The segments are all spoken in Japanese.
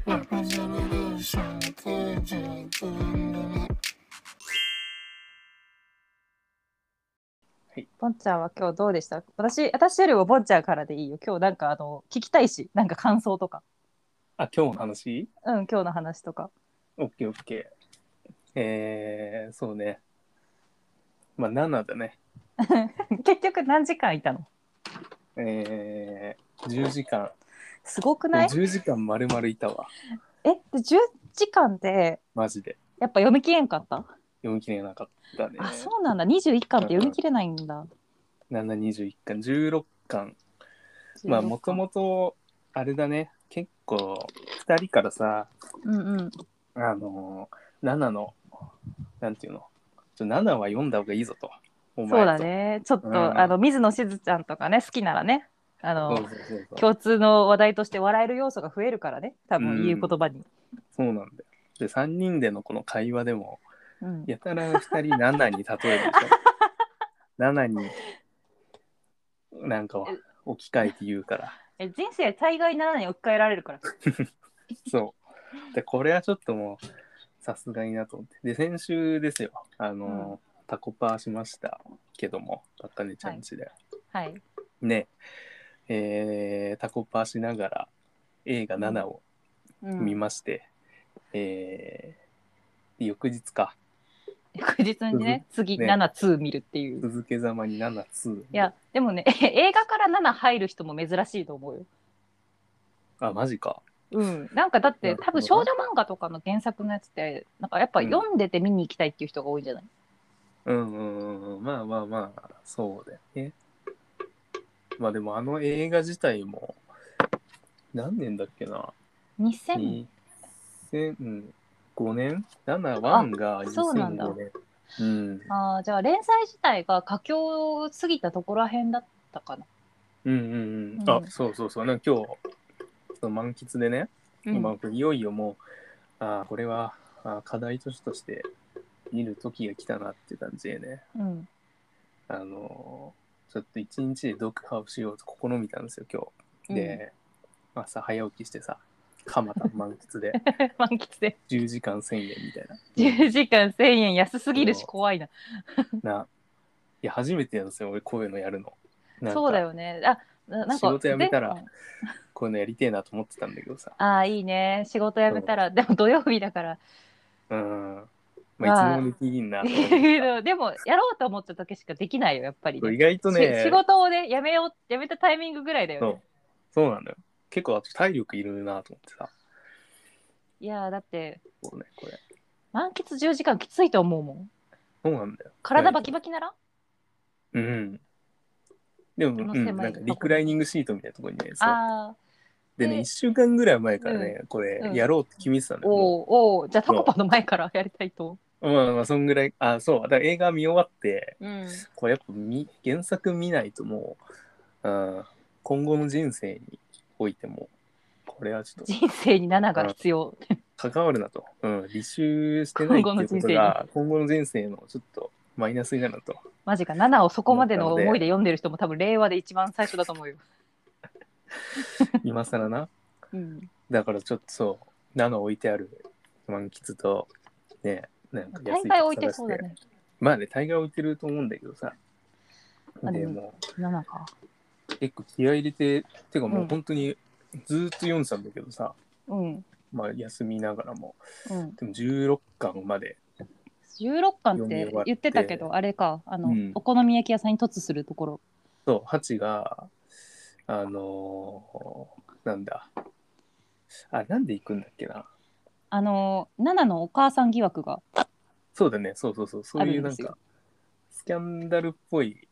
ージェネレーション91年組ボンちゃんは今日どうでした私、私よりもボンちゃんからでいいよ。今日なんかあの、聞きたいし、なんか感想とか。あ、今日の話うん、今日の話とか。オッケーオッケー。えー、そうね。まあ、7だね。 結局何時間いたのえー、10時間。すごくない10時間丸々いたわ。え、で10時間で、マジで。やっぱ読み切れんかった、読み切れなかったね。あ、そうなんだ。21巻って読み切れないんだ。 7、21巻、16巻。まあ、もともと、あれだね。結構、2人からさ、うんうん。あのー、7の、なんていうの、ちょ7は読んだ方がいいぞと。おそうだと。ね。ちょっと、うんあの、水野しずちゃんとかね、好きならね、あそのうそう、そうそう。共通の話題として笑える要素が増えるからね、多う分ん言う言葉に。そうなんだよ。で、3人でのこの会話でも、うん、やたら2人7に例えるでし ょ。7に、なんか置き換えて言うから。え人生大概ならないに置き換えられるから。 そう。で、これはちょっともう、さすがになと思って。で、先週ですよ。あのー、タコパーしましたけども、バカネちゃんちで。はい。ね、えータコパーしながら映画7をうん 見まして、えー翌日か、翌日にね、次、ね7、2見るっていう。続けざまに7、2。いや、でもね、映画から7入る人も珍しいと思うよ。あ、マジか。うん、なんかだっなてるほど多分少女漫画とかの原作のやつってなんかやっぱ読んでて見に行きたいっていう人が多いんじゃない、うんうんうんうん。まあまあまあ、そうだよね。まあでもあの映画自体も、何年だっけな。 2000 2005年 ?7-1 がそうなんだ2005年。うん。あーじゃあ連載自体が佳境過ぎたところらへんだったかな。うんうんうん。あう、んそうそうそう。なんか今日、その満喫でね、うん 今いよいよもうあーこれはあー課題としてとして見る時が来たなっていう感じでねうんあのーちょっと一日で読破をしようと試みたんですよ今日で、朝早起きしてさ蒲田満喫で満喫で10時間1000円みたい10時間1000円安すぎるし怖いな。なないや初めてなんですよ俺こういうのやるのなんかそうだよね。あななんか仕事辞めたら前回こういうのやりてえなと思ってたんだけどさああいいね仕事辞めたらでも土曜日だからうんまあいつでもできるなと思って でもやろうと思った時しかできないよやっぱり、そう意ね外とねし仕事をねやめようやめたタイミングぐらいだよそねう。そうなんだよ。結構あと体力いるなと思ってさ。いやーだってこうね、これ。満喫10時間きついと思うもんそうなんだよ。体バキバキならうん。でこも、のうん、狭いなんかリクライニングシートみたいなところにね、そうああでね、で1週間ぐらい前からね、これうんやろうって決めてたんだけど、おうおうじゃあタコパの前からやりたいとまあまあ、そんぐらい、あ、そう、だから映画見終わって、うんこれやっぱ見原作見ないともう、うん、今後の人生においても、これはちょっと人生に7が必要関わるなと、うん、履修してないっていうことが、今後の人生のちょっとマイナスになるな と。マジか7をそこまでの思いで読んでる人も多分令和で一番最初だと思うよ、今更な。うん、だからちょっとそう、7置いてある満喫と、ね、なんか大とこ概置いてそうだねまあね、大概置いてると思うんだけどさ。あででもも、 7か結構気合い入れて、てかもううん本当にずーっと読んでたんだけどさ、うんまあ休みながらも。うん、でも16巻まで、 16巻っ読みて終わって言ってたけどあれかあの、うんお好み焼き屋さんに突するところそう、8が、あのーなんだ。あ、なんで行くんだっけな。あの7のお母さん疑惑がそうだね、そうそうそう、そういうなんあるんですよか、スキャンダルっぽい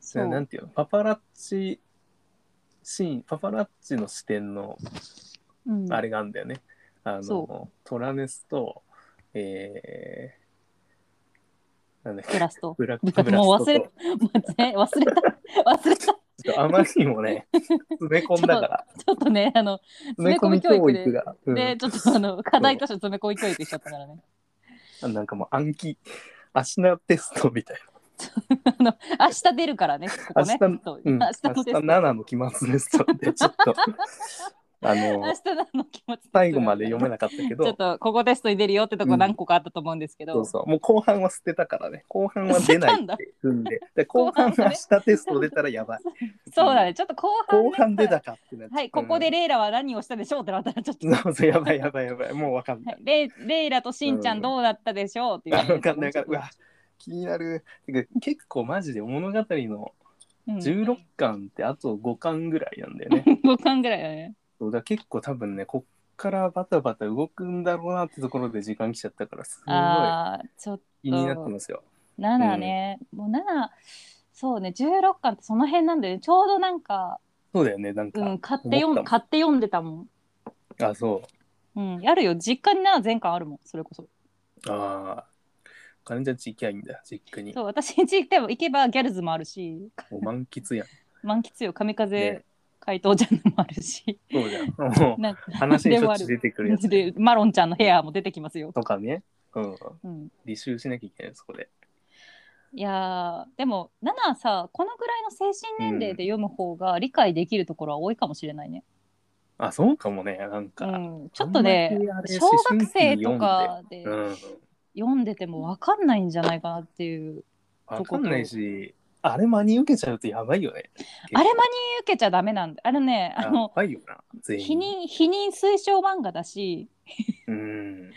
そななんうていうのパパラッチシーンパパラッチの視点のうんあれがあるんだよね、あのそトラネスとえー、なんだっイけラス トブラッもクうブラスト忘とれもうね忘れた忘れたちちょっとあまりに もね詰め込んだからょっと ねあの詰め込み教育が、うんねちょっとあの課題として詰め込み教育しちゃったからね あ なんかもう暗記足のテストみたいあの明日出るからねここね明日そうな、うん、明日のテス 明日7の期末テストでちょっとあ明の日なの気持ち最後まで読めなかったけちょっどとここテストに出るよってとこ何個かあったと思うんですけど、そうそうもう後半は捨てたからね後半は出ないって踏ん でで後半後半明はね日テスト出たらやばいそうだねちょっと後半 後半出たかってなっちゃうはいここでレイラは何をしたでしょうってなったらちょっ と、うんそうそうやばいやばいやばいもうわかんないはいレイレイラとしんちゃうんんどうだったでしょうっていう、あわかんないわかんないうわ気になるてか結構マジで物語のうん 16巻ってあと5巻ぐらいなんだよね、 5巻ぐらいだねそうだから結構多分ねこっからバタバタ動くんだろうなってところで時間来ちゃったからすごいああちょっと気になってますよ。 7ね、もう7そうね16巻ってその辺なんだよねちょうどなんか、そうだよねなんか、うん、買って読思ったもんん買って読んでたもあそん、うん、やるよ実家にな全巻あるもんそれこそうああ金ちゃんち行きゃいいんだ実家にそう私んち行けば行けばギャルズもあるしもう満喫やん満喫よ神ね風怪盗ちゃんのもあるし、そうじゃんもうなんか話にでしょもあっちゅう出てくるやつでマロンちゃんのヘアも出てきますよ、とかね、うん、うん、履修しなきゃいけないそこでいやーでもナナはさこのぐらいの精神年齢で読む方が理解できるところは多いかもしれないね、あそうかもねなんうか、ん、ちょっとねあんまりあれ小学生とかでうん、読んでてもわかんないんじゃないかなっていうわかんないしあれ真に受けちゃうとやばいよねあれ真に受けちゃダメなんであれねあやのばいよな全否員認否認推奨漫画だしうんド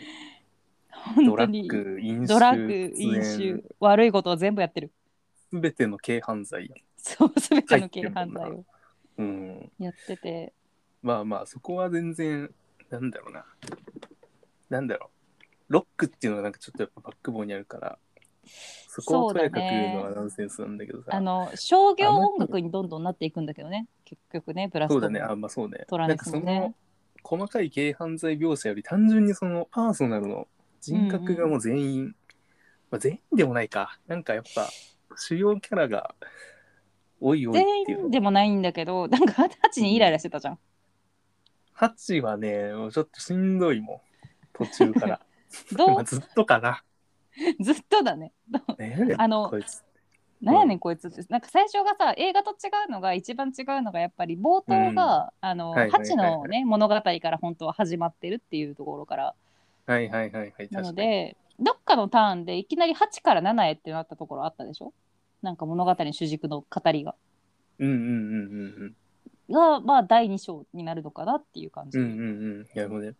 本当ラにッグ飲酒ドラッグ喫飲煙酒悪いことを全部やってる 全ての軽犯罪そう全ての軽犯罪をうんやっててまあまあそこは全然なんだろうななんだろうロックっていうのはなんかちょっとやっぱバックボーンにあるからそこをとやかく言うのはナンセンスなんだけどさあの商業音楽にどんどんなっていくんだけどね結局ねブラスそトうだねもあまあそうねトラなネんかスそもねの細かい軽犯罪描写より単純にそのパーソナルの人格がもう全員、まあ、全員でもないかなんかやっぱ主要キャラがおいおい全っていう員のでもないんだけどなんか二十歳にイライラしてたじゃんハチはねもうちょっとしんどいもん途中から どまあうずっとかな、ずっとだねどうねえあのこいつなんやねんこいつってなんか最初がさ映画と違うのが一番違うのがやっぱり冒頭が、あの、はいはいはいはいハチのね物語から本当は始まってるっていうところからはいはいはいはいなの確かにでどっかのターンでいきなり8から7へってなったところあったでしょなんか物語の主軸の語りが。うんうんうんうんが、まあ、第2章になるのかなっていう感じ。うんうんうんうんいやもうね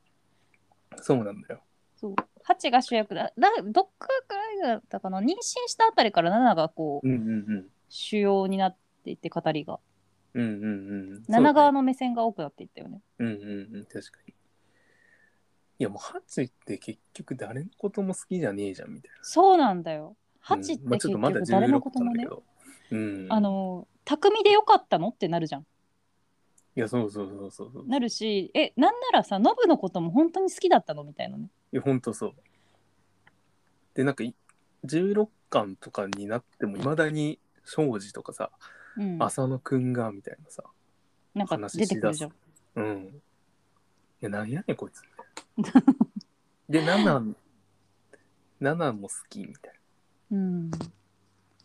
そうなんだよそう8が主役だだどっかくらいだったかな妊娠したあたりから7がこううんうんうん主要になっていって語りがうんうんうん7側のの目線が多くなっていったよね。うんうんうん確かにいやもうハチって結局誰のことも好きじゃねえじゃんみたいなそうなんだよ。8ってうんまあ、結ちょっとまだ局誰のこともね16、なんだけどうんあの匠でよかったのってなるじゃん。いやそうそうそうそうそうなるしえなんならさノブのことも本当に好きだったのみたいなね。いや、ほんとそう。で、なんかい、16巻とかになっても、いまだに、庄司とかさ、うん、浅野くんが、みたいなさ、なんか話出てしくだるすじゃん。うん。いや、なんやねん、こ いつ。で、7、7も好き、みたいうん、な。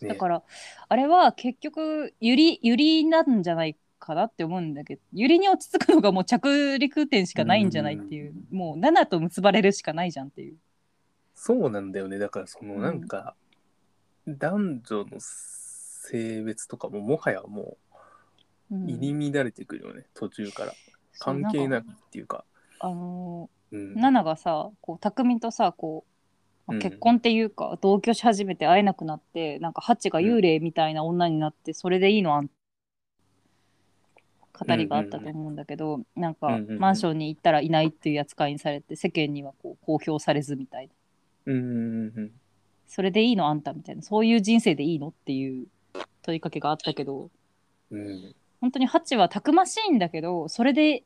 ね、だから、あれは結局ゆりゆりなんじゃないかなって思うんだけどゆりに落ち着くのがもう着陸点しかないんじゃないっていうもう7と結ばれるしかないじゃんっていう。そうなんだよね。だから、その、うんなんか、男女の性別とかも、もはやもうう、ん入り乱れてくるよね、途中から。そう関係なんかなくっていうか。あのうん。ー、ナナがさこう匠とさこうまうあん結婚っていうか、同居し始めて会えなくなってなんかハチが幽霊みたいな女になって、それでいいのあん語りがあったと思うんだけど、なんか、うんうんうんマンションに行ったらいないっていう扱いにされて世間にはこう公表されずみたいなうんうんうんうん。それでいいのあんたみたいなそういう人生でいいのっていう問いかけがあったけどうん、本当にハチはたくましいんだけどそれで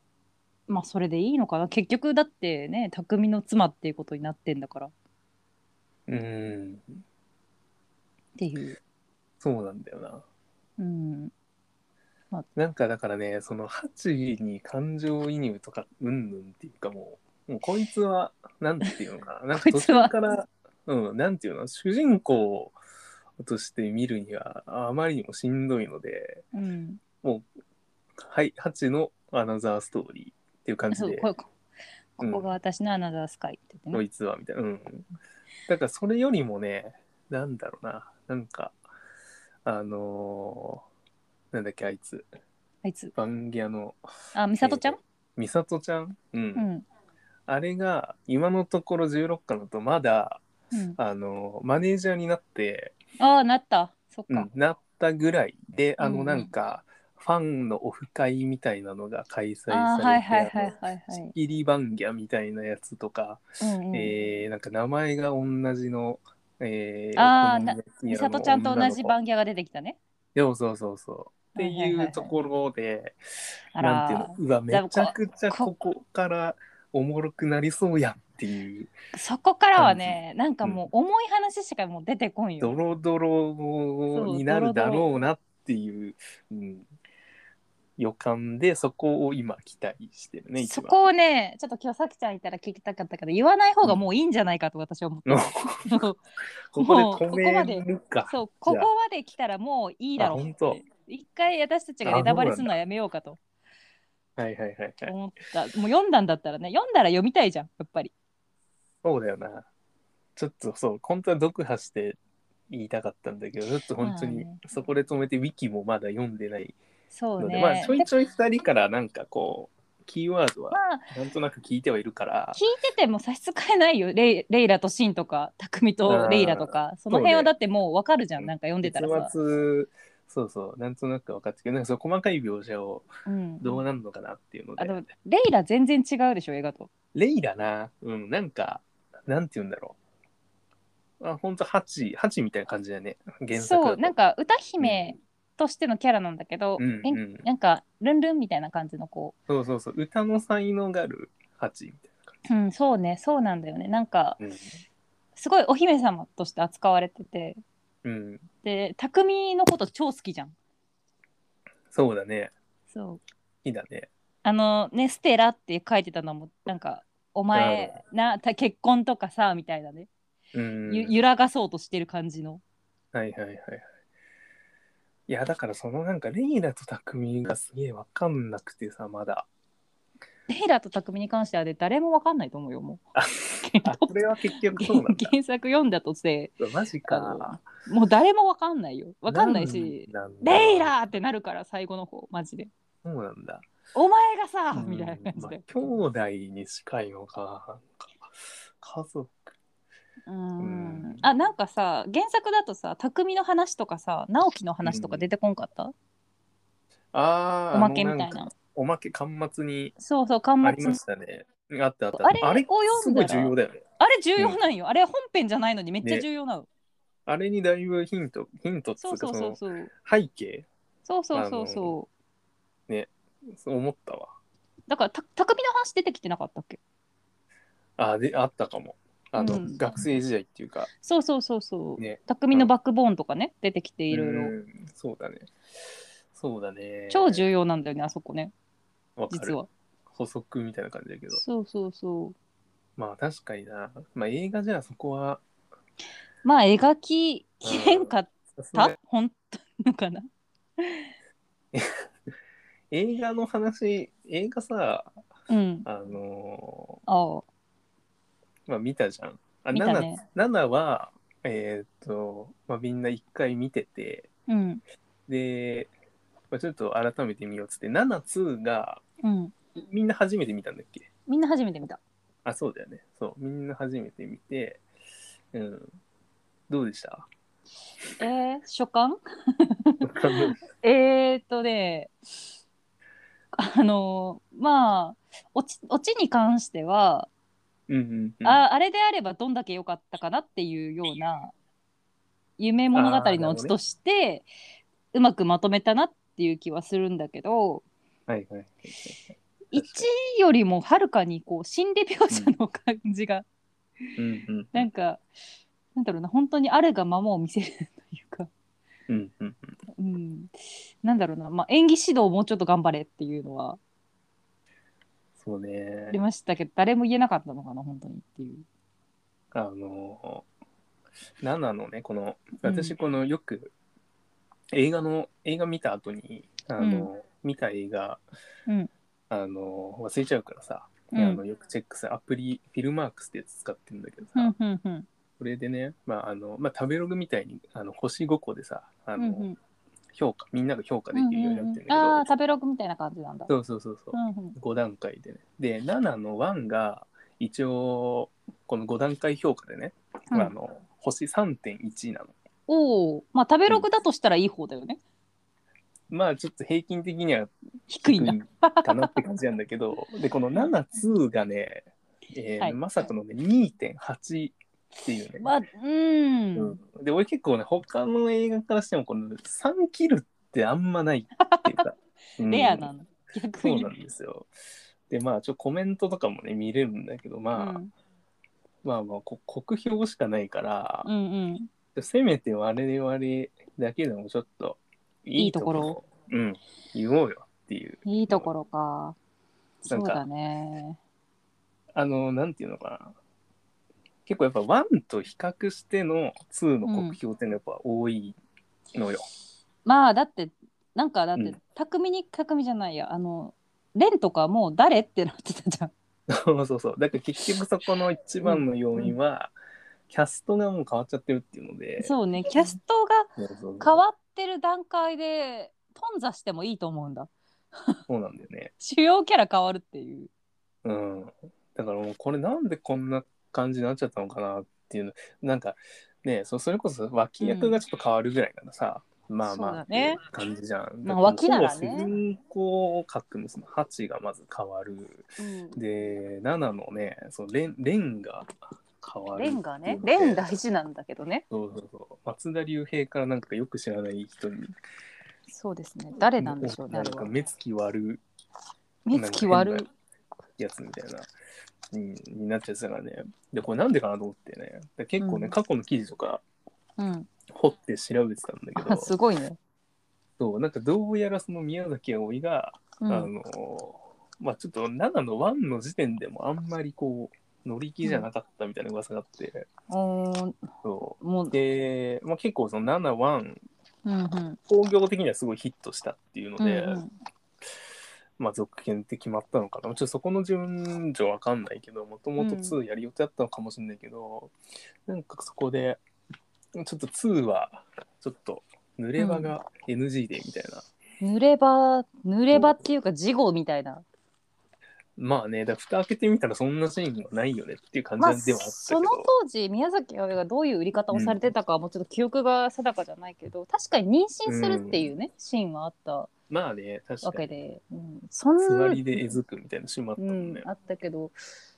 まあそれでいいのかな結局だってね匠の妻っていうことになってんだからっうん、ていう、そうなんだよな。うん、なんかだからね、そのハチに感情移入とかうんぬんっていうかもう、もうこいつは、なんていうのかな、なんか こ途いつは中から、うん、なんていうの、主人公として見るにはあまりにもしんどいので、うん、はい、ハチのアナザーストーリーっっていう感じそうでこ、れこここが私のアナザースカイって言ってこね。いつは、みたいな。うん。だからそれよりもね、なんだろうな、なんか、あのーなんだっけ、あいつ、あいつ。バンギャの、あ、美里ちゃん、えーミサトちゃん、うん、うんあれが、今のところ16巻だと、まだ、うん。あのーマネージャーになって、ああ、なった。そっうか。ん、なったぐらいで、あうんうの、んなんか、ファンのオフ会みたいなのが開催されて、ああ、はいはいはあいのはいはい。イリバンギャみたいなやつとか、うんうんえーなんか名前が同じの、えー、あーお好み焼き美屋の里ちゃんと同じ女の番ギャが出てきたね。子そうそうそうそう。ってはいはいはいいはいうところで、あならんていうの、うわ、めちゃくちゃここからおもろくなりそうやっていう、そこからはね、なんかもう重い話しかもう出てこんドよ。ロドロになるだろうなっていう、うん、予感で、そこを今期待してるね、一そ番。こをね、ちょっと今日さきちゃんいたら聞きたかったけど、言わない方がもういいんじゃないかと私は思って。そうここでもうここまで止めるか。そう、ここまで来たらもういいだろうってあほんと。一回私たちがネタバレするのはやめようかとはいはいはいはい。思った。もう読んだんだったらね、読んだら読みたいじゃん、やっぱり。そうだよな。ちょっとそう、本当は読破して言いたかったんだけど、ちょっと本当にまあねそこで止めて、ウィキもまだ読んでないそうので、ね。まあちょいちょい2人からなんかこう、キーワードはまあなんとなく聞いてはいるから、聞いてても差し支えないよレイレイラとシンとか匠とレイラとかその辺はだってもうわかるじゃん、そうねなんか読んでたらさ結、末、そうそう、なんとなく分かってくる。なんかその細かい描写をうん、どうなんのかなっていうのあので、レイラ全然違うでしょ映画とレイラな、うん、なんか、なんて言うんだろう。あ、本当ハチ、ハチみたいな感じだね。原作だとそうなんか歌姫としてのキャラなんだけど、うんえうんなんかルンルンみたいな感じの子、そうそうそう、歌の才能があるハチみたいな感じ。うん、そうねそうなんだよねなんかうんすごいお姫様として扱われててうん、で匠のこと超好きじゃんそうだね。そういいだね。あのね、ステラって書いてたのも、なんか、お前、な、た結婚とかさ、みたいなね、うん。ゆ揺らがそうとしてる感じの。はいはいはいはい。いや、だからそのなんか、レイラと匠がすげえわかんなくてさ、まだ。レイラと匠に関してはね、誰もわかんないと思うよ、も う。あ、これは結局そ うなんだ。原作読んだとして、マジか。もう誰もわかんないよ。わかんないし、なんだレイラーってなるから、最後の方、マジで。そうなんだ。お前がさ、うんみたいな感じまあで。兄弟に近いのか。なんか家族。うんうんあ、なんかさ、原作だとさ、匠の話とかさ、直樹の話とか出てこんかった、ああ、おまけみたあいのんなか。おまけ、巻末にそうそう、巻あり末ましたね。あったあった。あれを読んだらすごい重要だよね。あれ重要なんよ。あれ本編じゃないのにめっちゃ重要なの。あれにだいぶヒント、ヒントっつそううかそそうそうのそう。背景そうそうそうそそう思ったわ。う。だからた匠の話出てきてなかったっけあであったかも。あの、うん学生時代っていうか、そうそうそうそう。ね匠のバックボーンとかね出てきていろいろ。うんそうだね。そうだね。超重要なんだよねあそこね要実は。補足みたいな感じだけど。そうそうそまあ確かにな。まあ映画じゃあそこは。う。まあ描ききれんかっさすがにた本当のかな。映画の話、映画さ、うん。あのああーまあ見たじゃん。あ、見たね 7, 7は、えーっと、まあみんな一回見てて、うんで、まあ、ちょっと改めて見ようっつって、7、2が、うん。みんな初めて見たんだっけみんな初めて見た。あ、そうだよね。そう。みんな初めて見て、うん。どうでした えー、初感えー、っとね、あのまあ落ち落ちに関しては、うんうん、うん。ああれであればどんだけ良かったかなっていうような夢物語のオチとして、うまくまとめたなっていう気はするんだけどはいはい。 1よりもはるかにこう心理描写の感じが、うんうん。なんかなんだろうな本当にあるがままを見せるというか、うんうん。うん、なんだろうな、まあ、演技指導をもうちょっと頑張れっていうのはそうありね。ましたけど誰も言えなかったのかな本当にっていう。あのー、7のね、この、うん私、この、よく、映画の、映画見た後に、あのー見た映画、うんあの忘れちゃうからさ、うんあのよくチェックするアプリフィルマークスってやつ使ってるんだけどさ、うんうんうんこれでね、まああのまあ、食べログみたいにあの星5個でさあうんの、うん評価みんなが評価できるようになってるんだけど、ああー食べログみたいな感じなんだ。そうそうそうそうう、んうん5段階でねで7の1が一応この5段階評価でね、うんまあ、あの星3.1なのおおまあ食べログだとしたらいい方だよね。まあちょっと平均的には低 いな。かなって感じなんだけどでこの72がね、えーはいまさかのね2.8っていうね、まあうん、うんで俺結構ね他の映画からしてもこの3キルってあんまないってい うか、うんレアなの。逆そうに。なんですよでまあちょっとコメントとかもね見れるんだけどまあ、うんまあまあこ国評しかないから、うんうんせめて我々だけでもちょっといいところをうん、言おうよっていういいところか。なそんうかだね。あのなんていうのかな結構やっぱ1と比較しての2の国評っていうのはやっぱ多いのよ、 まあだってなんかだって、うん巧みに巧みじゃないやあのレンとかもう誰ってなってたじゃん。そうそうそうだから結局そこの一番の要因は、キャストがもう変わっちゃってるっていうのでそうねキャストがそうそうそう変わってる段階で頓挫してもいいと思うんだ。そうなんだよね主要キャラ変わるっていう。うんだからもうこれなんでこんな感じになっちゃったのかなっていうのなんかねそそれこそ脇役がちょっと変わるぐらいならさ、まあまそうあだっていねう感じじゃん。まあ脇ならねほぼ主人公格のその8がまず変わる。で、7のね、そのレンレンが変わる。レンがねレンだ大事なんだけどね。そうそうそう。松田龍平からなんかよく知らない人に。そうですね誰なんでしょうねなあんれかは。目つき悪い目つき悪なんいか。やつみたいな、うん、になっちゃってたからね。で、これなんでかなと思ってね。で結構ね、うん過去の記事とかうん、掘って調べてたんだけあど、すごいね。そうなんかどうやらその宮崎あおいが、うん、あのー、まあちょっと7の1の時点でもあんまりこう、乗り気じゃなかったみたいな噂があって、おーそもうう。、で、まあ、結構その7、1、うんうん工業的にはすごいヒットしたっていうのうんで、うん、まあ、続編って決まったのかな。ちょっとそこの順序わかんないけど、もともとうん2やる予定だったのかもしれないけど、なんかそこで、ちょっと2は、ちょっと、濡れ場が NG でみたいな。濡れ場濡れ場っていうか事後みたいなまあね、だから蓋開けてみたらそんなシーンはないよねっていう感まあじではあったけそど。の当時宮崎あおいがどういう売り方をされてたかはもうちょっと記憶が定かじゃないけど、確かに妊娠するっていうね、シーンはあったまあね、確わかけに。で、うん、そん座りでえずくみたいなシーンもあったうもんんね、。あったけど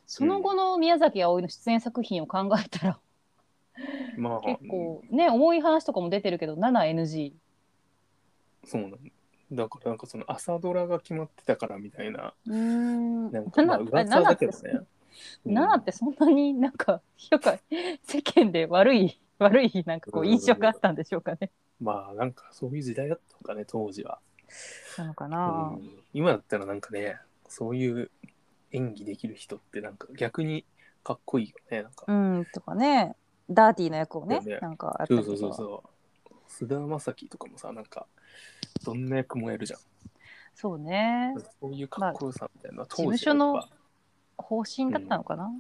その後の宮崎あおいの出演作品を考えたら、まあ、結構ね重い話とかも出てるけど 7NG そうなんだ。だからなんかその朝ドラが決まってたからみたいな、うんなんかまあ噂だけどね。うん7ってそんなになんか評価世間で悪い 悪いなんかこう印象があったんでしょうかね。まあなんかそういう時代だったのかね当時は、なのかうな。ん、今だったらなんかねそういう演技できる人ってなんか逆にかっこいいよねなんか、うん、とかねダーティーな役をねそうねなんかやったそりうそとうそうかそう菅田将暉とかもさなんかどんな役もやるじゃんそうねそういうかっこよさみたいな、当時事務所はのやっぱ方針だったのかな。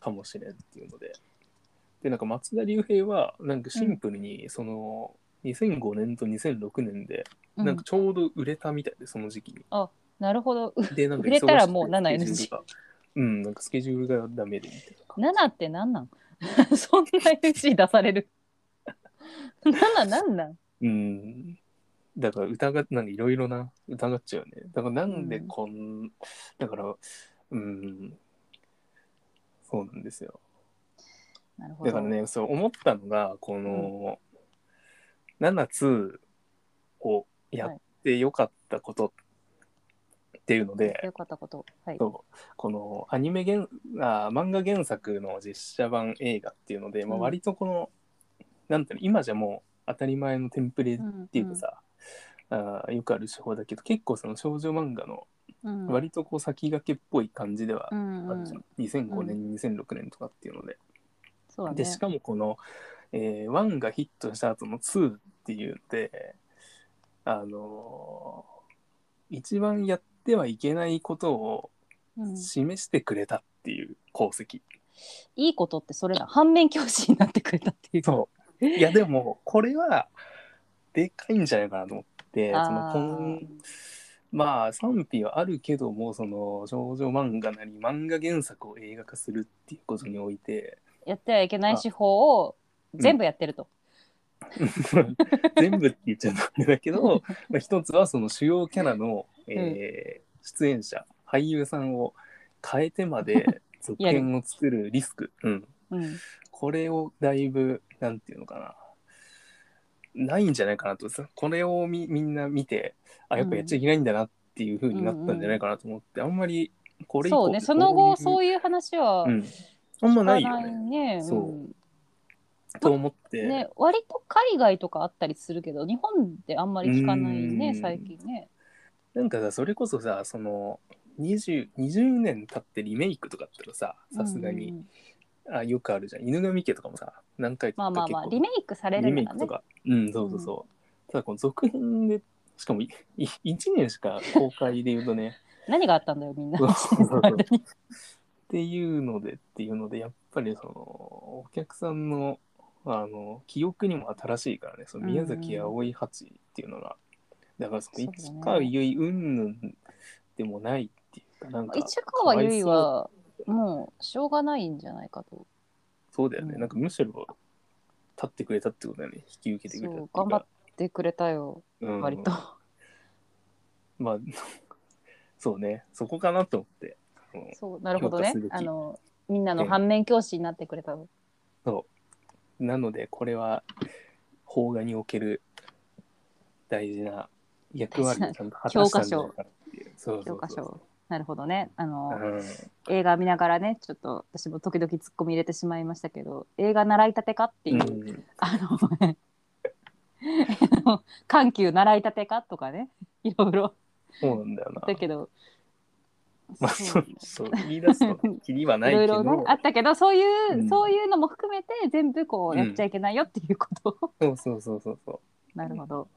かもしれんっていうのででなんか松田龍平はなんかシンプルにその、2005年と2006年でうんなんかちょうど売れたみたいでその時期になるほどでなんか触れたらもう忙し 7NG くてスケジュールがうん、なんかスケジュールがダメでみたいな。 7ってなんなん そんな NG 出される7なんなんうん。だから疑っなんかいろいろな疑っちゃうよね。だからなんでこん、だからうんそうなんですよ。なるほだど。からねそう思ったのがこの、7つをやってよかったことっていうので、よかったこと。はい。そうこのアニメ原あー漫画原作の実写版映画っていうので、まあ、うん割とこの、なんていうの今じゃもう当たり前のテンプレっんていうかさ、あーよくある手法だけど結構その少女漫画のうん割とこう先駆けっぽい感じではうあんうるじゃん、ん、 2005年、う2006年とかっていうので、そうだね。でしかもこの、えー1がヒットした後の2っていうのであのー一番やっってはいけないことをうん示してくれたっていう功績。いいことってそれだ反面教師になってくれたっていうそう。いや、でも、これは、でかいんじゃないかなと思って、あーそのこんまあ、賛否はあるけども、その、少女漫画なり、漫画原作を映画化するっていうことにおいて、 やってはいけない手法を全部やってると、全部って言っちゃうんだけど、まあ、一つは、その主要キャラの、えー出演者、俳優さんを変えてま で続編を作るリスク。うん。うんこれをだいぶ、なんていうのかな、ないんじゃないかなと、これをみみんな見て、あ、やっぱやっちゃいけないんだなっていう風になったんじゃないかなと思って、あんまりこれ以降そうねその後そういういう話はう、うん、あんまないよ聞かね、ねそうんと思って、ね割と海外とかあったりするけど日本であんまり聞かないねうん最近ねなんかさ、それこそさ、その、20, 20年経ってリメイクとかだったらさ、さすがうんうに、んあ、よくあるじゃん。犬神家とかもさ、何回まあかまあ結まあ構リメイクされるリメんイだクとねか。うん、そうそうそう。ただ、この続編で、しかもいい1年しか公開で言うと ね、何があったんだよみんなそうそうそうあれにっていうのでっていうのでやっぱりそのお客さんのあの記憶にも新しいからねその宮崎葵八っていうのが、だからそのそうだ市ね川由衣云々でもないっていうかなんか市川由衣はもうしょうがないんじゃないかとそうだよね、うんなんかむしろ立ってくれたってことだよね引き受けてくれたっていそううか頑張ってくれたようん割と、まあ そうねそこかなと思ってうんそうなるほどね評価すべきあのみんなの反面教師になってくれたのそうなのでこれは邦画における大事な役割をちゃんと果たしたんじゃないかなっ ていうそうそ教う科そう書なるほどねあの、うん映画見ながらねちょっと私も時々ツッコミ入れてしまいましたけど映画習いたてかっていう、うんあの ねあの緩急習いたてかとかねいろいろそうなんだよなだけど、まあそそううそう言い出すとキリはないいろ けいどろねあったけどそういう、うんそういうのも含めて全部こううんやっちゃいけないよっていうこと を、そうそうそうそうそうなるほど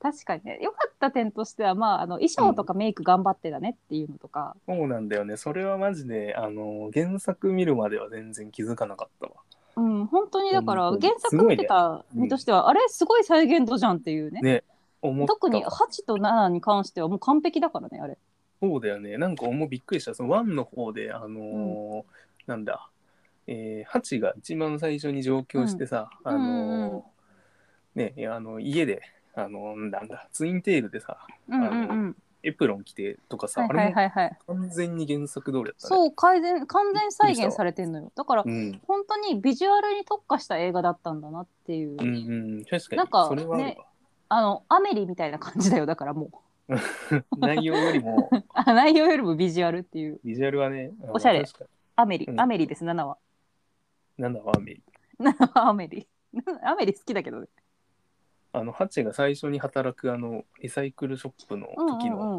確かにね良かった点としてはまああの衣装とかメイク頑張ってたねっていうのとか、そうなんだよねそれはマジであの原作見るまでは全然気づかなかったわうん、本当にだから本当に原作見てた身としては、あれすごい再現度じゃんっていうねね思ったわ特に8と7に関してはもう完璧だからねあれそうだよね。なんかもうびっくりした。その1の方で、あのーなんだ、えー、ハチが一番最初に上京してさ、うんあうんうんのーね、あの家で、あのーなんだ、ツインテールでさ、うんうんうんエプロン着てとかさ、はいはいはいはいあれも完全に原作通りだったね。そう改善完全再現されてんのよだからうん。本当にビジュアルに特化した映画だったんだなっていう、うんうん、確かなんに、かそれはあるわ。あのアメリみたいな感じだよだからもう 内容よりも、あ内容よりもビジュアルっていうビジュアルはね、あ のおしゃれ確かアメリ、うんアメリです7はになんだわ、アメリ7はアメリ アメリ好きだけどねあの、ハチが最初に働く、あの、リサイクルショップのうんう時ん、の、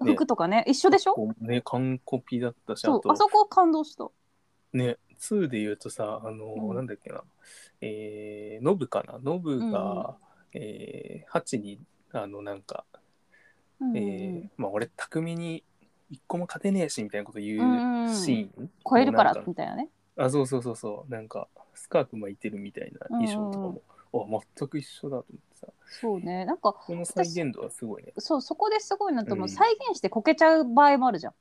うん、ね服とかね一緒でしょこうね、完コピだったし、そあうとあ、そこは感動したね、2で言うとさ、あのーうんなんだっけな、えー、ノブかな、ノブが、えー、ハチに、あの、なんか、うんうんえうんーまあ、俺、匠に一個も勝てねえし、みたいなこと言んうんうシーン。超えるからなんみたいなねあ、そうそうそうそう、なんか、スカーフ巻いてるみたいな衣装とかも、あ、全く一緒だと思ってさ、そうねなんかこの再現度はすごいね。そうそこですごいなと思う、うん再現してこけちゃう場合もあるじゃん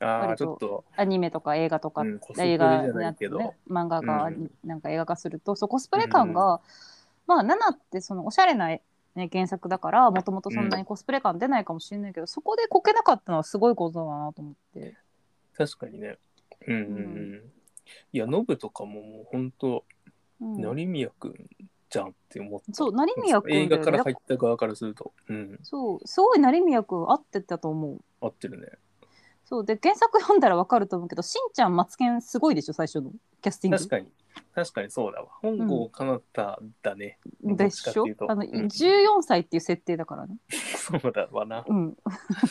ああ、割とちょっと、アニメとか映画とか、うんコスプレ映じゃ画になないってけど、ね、漫画がうんなんか映画化すると、そうコスプレ感が、まあ7ってそのおしゃれな、ね、原作だからもともとそんなにコスプレ感出ないかもしれないけど、そこでこけなかったのはすごいことだなと思って確かにね。うんうんうん。いや、ノブとかももう本当、うん成宮くんじゃんって思って。そう成宮くんだよね映画から入った側からすると、うん、そうすごい成宮君合ってたと思う合ってるね。そうで原作読んだらわかると思うけどしんちゃんマツケンすごいでしょ最初のキャスティング確かに。確かにそうだわ。本郷かなただね。にでしどっちかょっていうとあの、うん14歳っていう設定だからねそうだわな。うん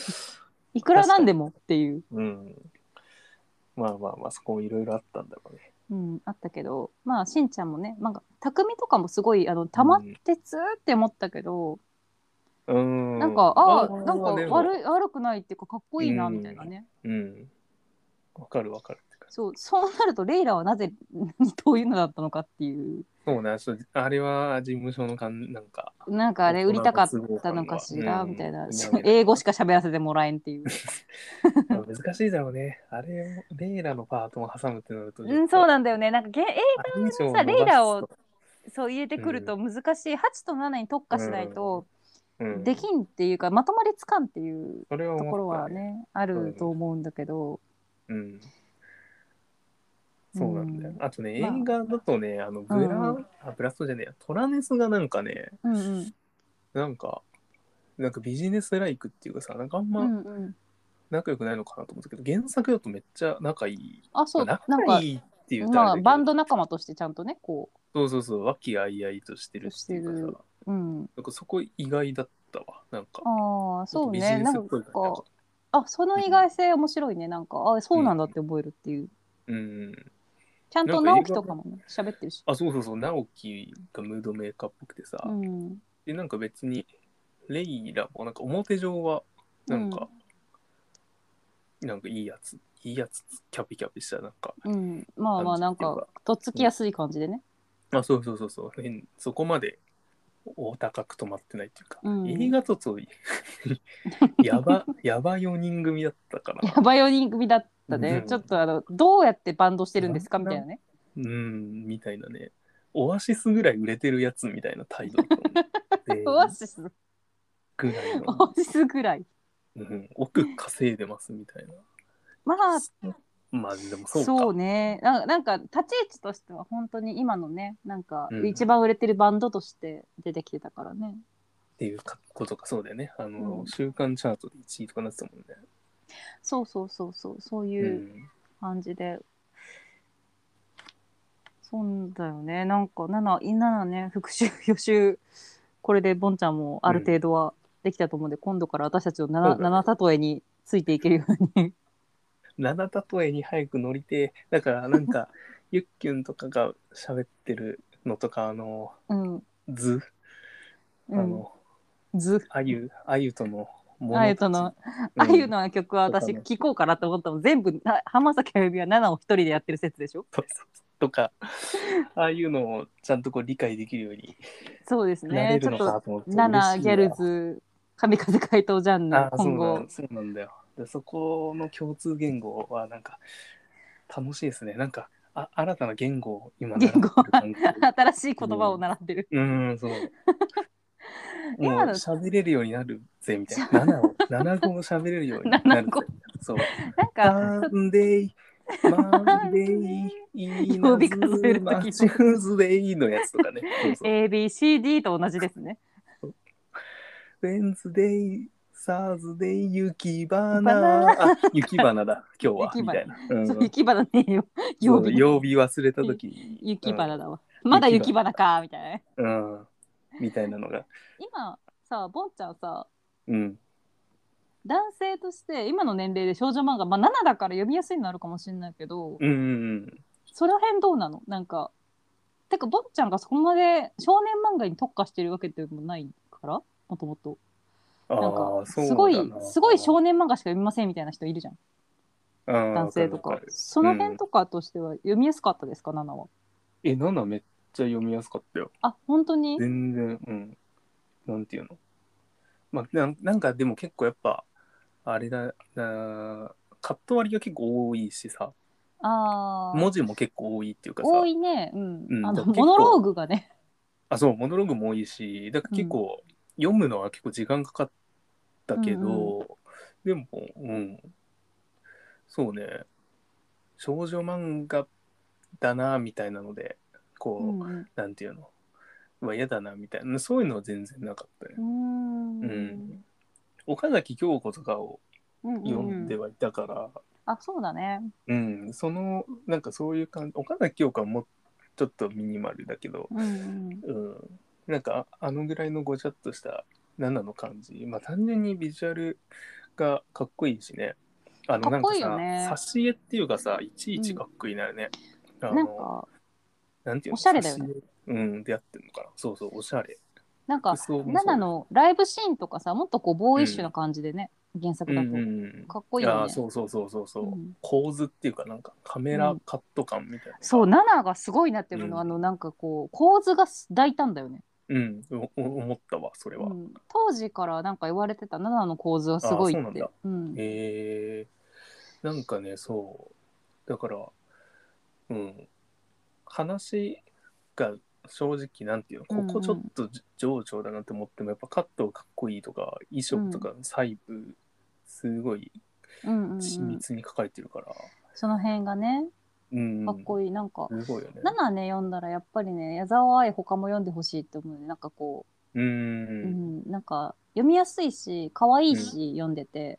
いくらなんでもっていう、うん。まあまあまあ、そこもいろいろあったんだろうね。うん、あったけどまあしんちゃんもねなんか匠とかもすごいあのたまってつーって思ったけど、うん。なんか、ああ、ーなんかでも悪い悪くないっていうか、かっこいいな、みたいなね。うん。わかるわかるって感じ。そう、そうなると、レイラはなぜ、 どういうのだったのかっていう。そうね、そうあれは事務所のかんなん か、なんかあれ売りたかったのかしらうんみたいな、うんそう英語しか喋らせてもらえんっていう。まあ難しいだろうね。あれを、レイラのパートも挟むってなると。うん、そうだ。なんだよね。なんかげえあれ以上さレイラを伸ばすと、そう入れてくると難しい、8と7に特化しないとうん、できんっていうか、まとまりつかんっていうそれはと思ったころはねあると思うんだけど、うん。そうなんだよ。うあとね、映まあ画だとね、あの、ブラ、うんあ、ブラストじゃねえや、トラネスがなんかね、うんうんなんか、なんかビジネスライクっていうかさ、なんかあんうまんうん、仲良くないのかなと思ったけど、原作だとめっちゃ仲いい。あそうまあなん仲かいいっていうまあバンドド仲間としてちゃんとねこそうそうそう、和気あいあいとしてるっていしてうかるさ、う、うん、なんかそこ意外だったわ、なんか。ああそうビジねネなスっんぽかい感じなんかあその意外性面白いねなんかあそうなんだって覚えるっていう、うん。ちゃんと直樹とかもね喋ってるし。あ、そうそうそう、直樹がムードメーカーっぽくてさ、うんでなんか別にレイラもなんか表上はなんか、なんかいいやついいやつキャピキャピしたなんかうん、まあまあなん感じってかとっつきやすい感じでね、 あそうそうそうそう変そこまでお高く止まってないっていうか、うん映画 とそうやばやば4人組だったからやばい4人組だったね、うんちょっとあのどうやってバンドしてるんですかみたいなねうんみたいなねオアシスぐらい売れてるやつみたいな態度だったの オアシス全員ぐらいの、オアシスぐらいうん、奥稼いでますみたいなまあまあでもそそううかねななんか立ち位置としては本当に今のねなんかうん一番売れてるバンドとして出てきてたからね、っていうかことかそうだよねあの、うん週間チャートで1位とかなってたもんね、そうそうそうそうそうう、いううん感じで、そうだよねなんか7いなね復習 予習これでボンちゃんもある程度はできたと思うんで、今度から私たちのそうだね 7, 7例えについていけるように 七例えに早く乗りてえだからな んかゆっきゅんとかが喋ってるのとかあのうん図あうんの、ずあゆあゆとのもあゆとの、うんあゆの曲はそう私だね聴こうかなと思ったもん全部な浜崎あゆみは7を一人でやってる説でしょそうそうとか ああいうのをちゃんとこう理解できるようにそうですなれね。ちるょのっと、かと思って嬉しいわ、ナギャルズ、神風怪盗ジャンあヌ、ーそう今な後 ん。そうなんだよでそこの共通言語はなんか楽しいですねなんかあ新たな言語を今習ってる感じ新しい言葉を習ってる。うん、そう。今もうの喋れるようになるぜみたいな。7を、7語を喋れるようになる。 7語そう。なんか、サンデー、マンデー、イ曜日数える時マチューズデイのやつとかね。そうそう。 ABCD と同じですね。ウェンズデイ、サーズデイ、雪バ花。ナあ、雪花だ、今日は。雪みた花たいな。うんそう雪花ねえよ。曜そう日。曜日忘れた時に。雪花だ。だわ。まだ雪花か、みたいな。うん。みたいなのが。今、さ、ボンちゃんさ、うん。男性として今の年齢で少女漫画、まあ、7だから読みやすいのあるかもしれないけど、うんうんその辺どうなのなんか、てか、ボンちゃんがそこまで少年漫画に特化してるわけでもないから、もともと。うん。なんあかあ、そうすごいだなすごい少年漫画しか読みませんみたいな人いるじゃんうん男性とかわるわるその辺とかとしては読みやすかったですか、ナナはえ、ナナめっちゃ読みやすかったよ。あ本当に全然、うん。なんていうの。まあ、なんなんかでも結構やっぱ、あれだ、なカット割りが結構多いしさ、ああ文字も結構多いっていうかさ、多いねうん、うんあの結モ構ノローグがねあ、そう、モノローグも多いし、だから結構、読むのは結構時間かかったけど、でも、うん。そうね、少女漫画だな、みたいなので、こうう、んうなんていうのまあ嫌だなみたいなそういうのは全然なかったね。んううんん岡崎京子とかをうん読んうでんはいたから、あそうだねうんそのなんかそういう感じ岡崎京子はもうちょっとミニマルだけど、うんうんうん、なんかああのぐらいのごちゃっとした7の感じまあ単純にビジュアルがかっこいいしねあのかなんっかこさいいよね挿絵っていうかさいちいちかっこいいなよね。あのなんかなんていうのおしゃれだよね差し入れうん、でやってんのかな。そうそう、おしゃれ。なんか服装もそう7のライブシーンとかさもっとこうボーイッシュな感じでね、原作うんだうと、んうんかっこいいいよやねそうそうそうそうそう、うん構図っていうかなんかカメラカット感みたいな、そう7がすごいなっていうのは、うんあのなんかこう構図が大胆だよね、うんおお思ったわそれうは、ん、当時からなんか言われてた7の構図はすごいっあそうなんてだうんえー、なんかねそうだからうん話が正直なんていううんうのんここちょっとじ情緒だなって思ってもやっぱカットかっこいいとか衣装とか細部、すごいうんうんうん緻密に書かれてるから、その辺がねうんかっこいいなんか、すごいよね7ね読んだらやっぱりね矢沢愛他も読んでほしいって思うねなんかこうううんん、なんか読みやすいし可愛いし、読んでて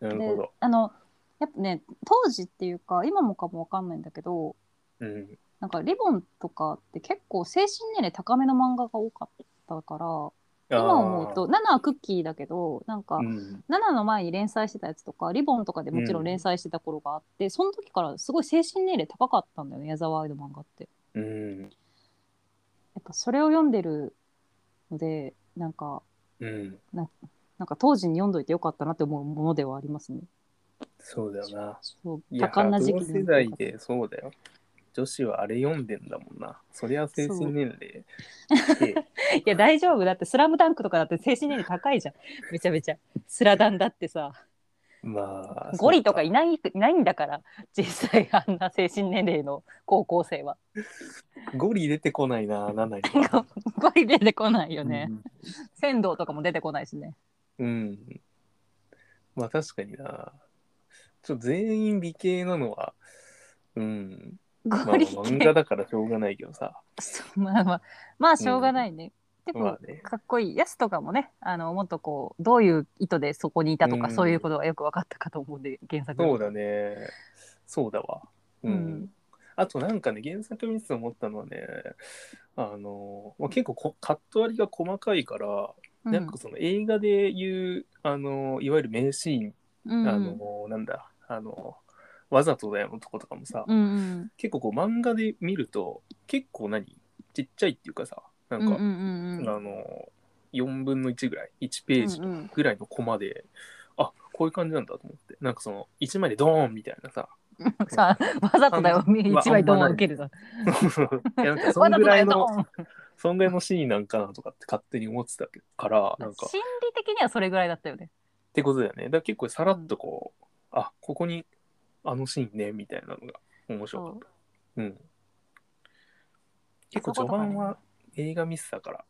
なるでほどあのやっぱね当時っていうか今もかもわかんないんだけどうんなんかリボンとかって結構精神年齢高めの漫画が多かったから今思うと7はクッキーだけどなんかあーうん7の前に連載してたやつとかリボンとかでもちろん連載してた頃があって、その時からすごい精神年齢高かったんだよね矢沢愛の漫画って。うんやっぱそれを読んでるのでなんかうんなんか当時に読んどいてよかったなって思うものではありますね。そうだよなそうい多や感な時期同世代でそうだよ女子はあれ読んでんだもんなそりゃ精神年齢 でいや大丈夫だって「スラムダンクとかだって精神年齢高いじゃんめちゃめちゃスラダンだってさまあゴリとかいないいないんだから実際あんな精神年齢の高校生 はゴリ出てこないななないゴリ出てこないよね、仙道とかも出てこないしねうん、うんまあ確かになちょっと全員美形なのはうんゴ まあリって、漫画だからしょうがないけどさそうまあまあまあしょうがないね、結ま構あねかっこいいやすとかもねあのもっとこうどういう意図でそこにいたとか、うんそういうことがよく分かったかと思うんで原作そうだね。そうだわ。うん。うんあとなんかね、原作見てて思ったのはね、あの、まあ、結構こカット割りが細かいから、うんなんかその映画で言う、あの、いわゆる名シーン、うんあの、なんだ、あの、わざとだよのとことかもさ、うんうん結構こう漫画で見ると、結構何ちっちゃいっていうかさ、なんか、うんうんうんあの、4分の1ぐらい、1ページうんうんぐらいのコマで、あ、こういう感じなんだと思って、なんかその、1枚でドーンみたいなさ、さわざとだよ、あんう わ一枚ドンを受けるぞ。 いやなんか そわんざぐとだらよ、いドの、ン。そんぐらいのシーンなんかなとかって勝手に思ってたから、なんか、っ心理的にはそれぐらいだったよね。てことだよね。だから結構さらっとこう、あ、ここにあのシーンね、みたいなのが面白かった。うん。結構序盤は映画ミスだから。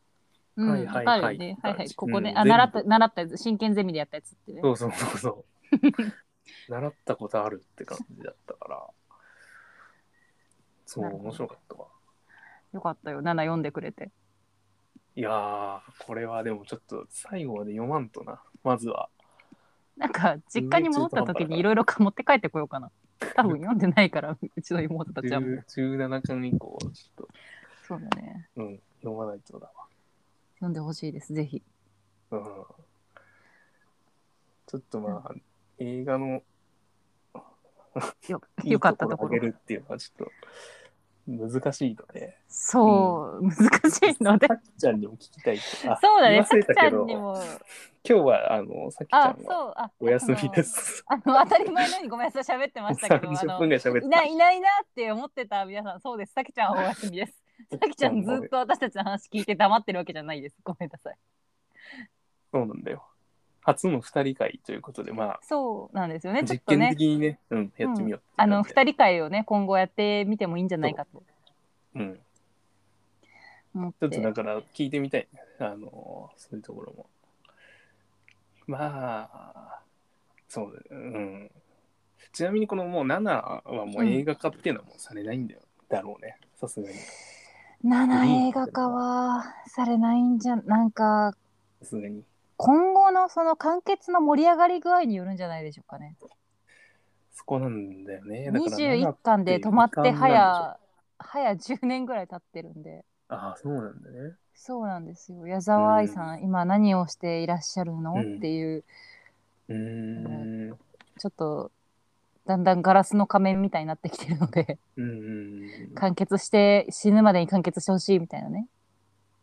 うん、はいはいわかるよねははいいはい、ここね、うんあ、習った、全習ったやつ、真剣ゼミでやったやつってね。そうそうそ うそう。習ったことあるって感じだったから。そう、なるほど面白かったわ。よかったよ、7読んでくれて。いやー、これはでもちょっと最後まで読まんとな。まずは。なんか、実家に戻った時にいろいろ持って帰ってこようかな。多分読んでないから、うちの妹たちはもう。 17巻以降、ちょっと。そうだね。うん、読まないとだ読んでほしいです、ぜひ。わ。うん。ちょっとまあ、映画のよいいよかったとこころを上ろ。げるっていうのはちょっと難しいので、そう、難しいのでさ。っちゃんにも聞きたいって。あそうだね、言いさ忘きれたちゃけんど、に今も。日はあの、さきちゃあ、んはそう、あ、お休みです。あの当たり前のようにごめんなさい喋ってましたけ ど、あ30の分ぐらい喋いっないいないなって思ってた皆さん、そうです。さきちゃんはお休みです。さきちゃんずっと私たちの話聞いて黙ってるわけじゃないです。ごめんなさい。そうなんだよ。初の二人会ということで、まそうなんですよあ、ね。ちょっ実と験ね、的にね、うん、やってみようってあの感じで二人会をね今後やってみてもいいんじゃないかとうん、思っちょっとだて。から聞いてみたいね。あの、そういうところも。まあ、そうだねうん。ちなみにこのもう7はもう映画化っていうのはもうされないんだよ。だろうね。さすがに。さ7映画化はされないんじゃなんかすがに。今後のその完結の盛り上がり具合によるんじゃないでしょうかね。そこなんだよね。だから7 21巻で止まって時間なん早早10年ぐらい経ってるんで。ああ、そうなんだね。そうなんですよ矢沢愛さん、今何をしていらっしゃるの、うんっていううーん。ちょっとだんだんガラスの仮面みたいになってきてるので うん。完結して死ぬまでに完結してほしいみたいなね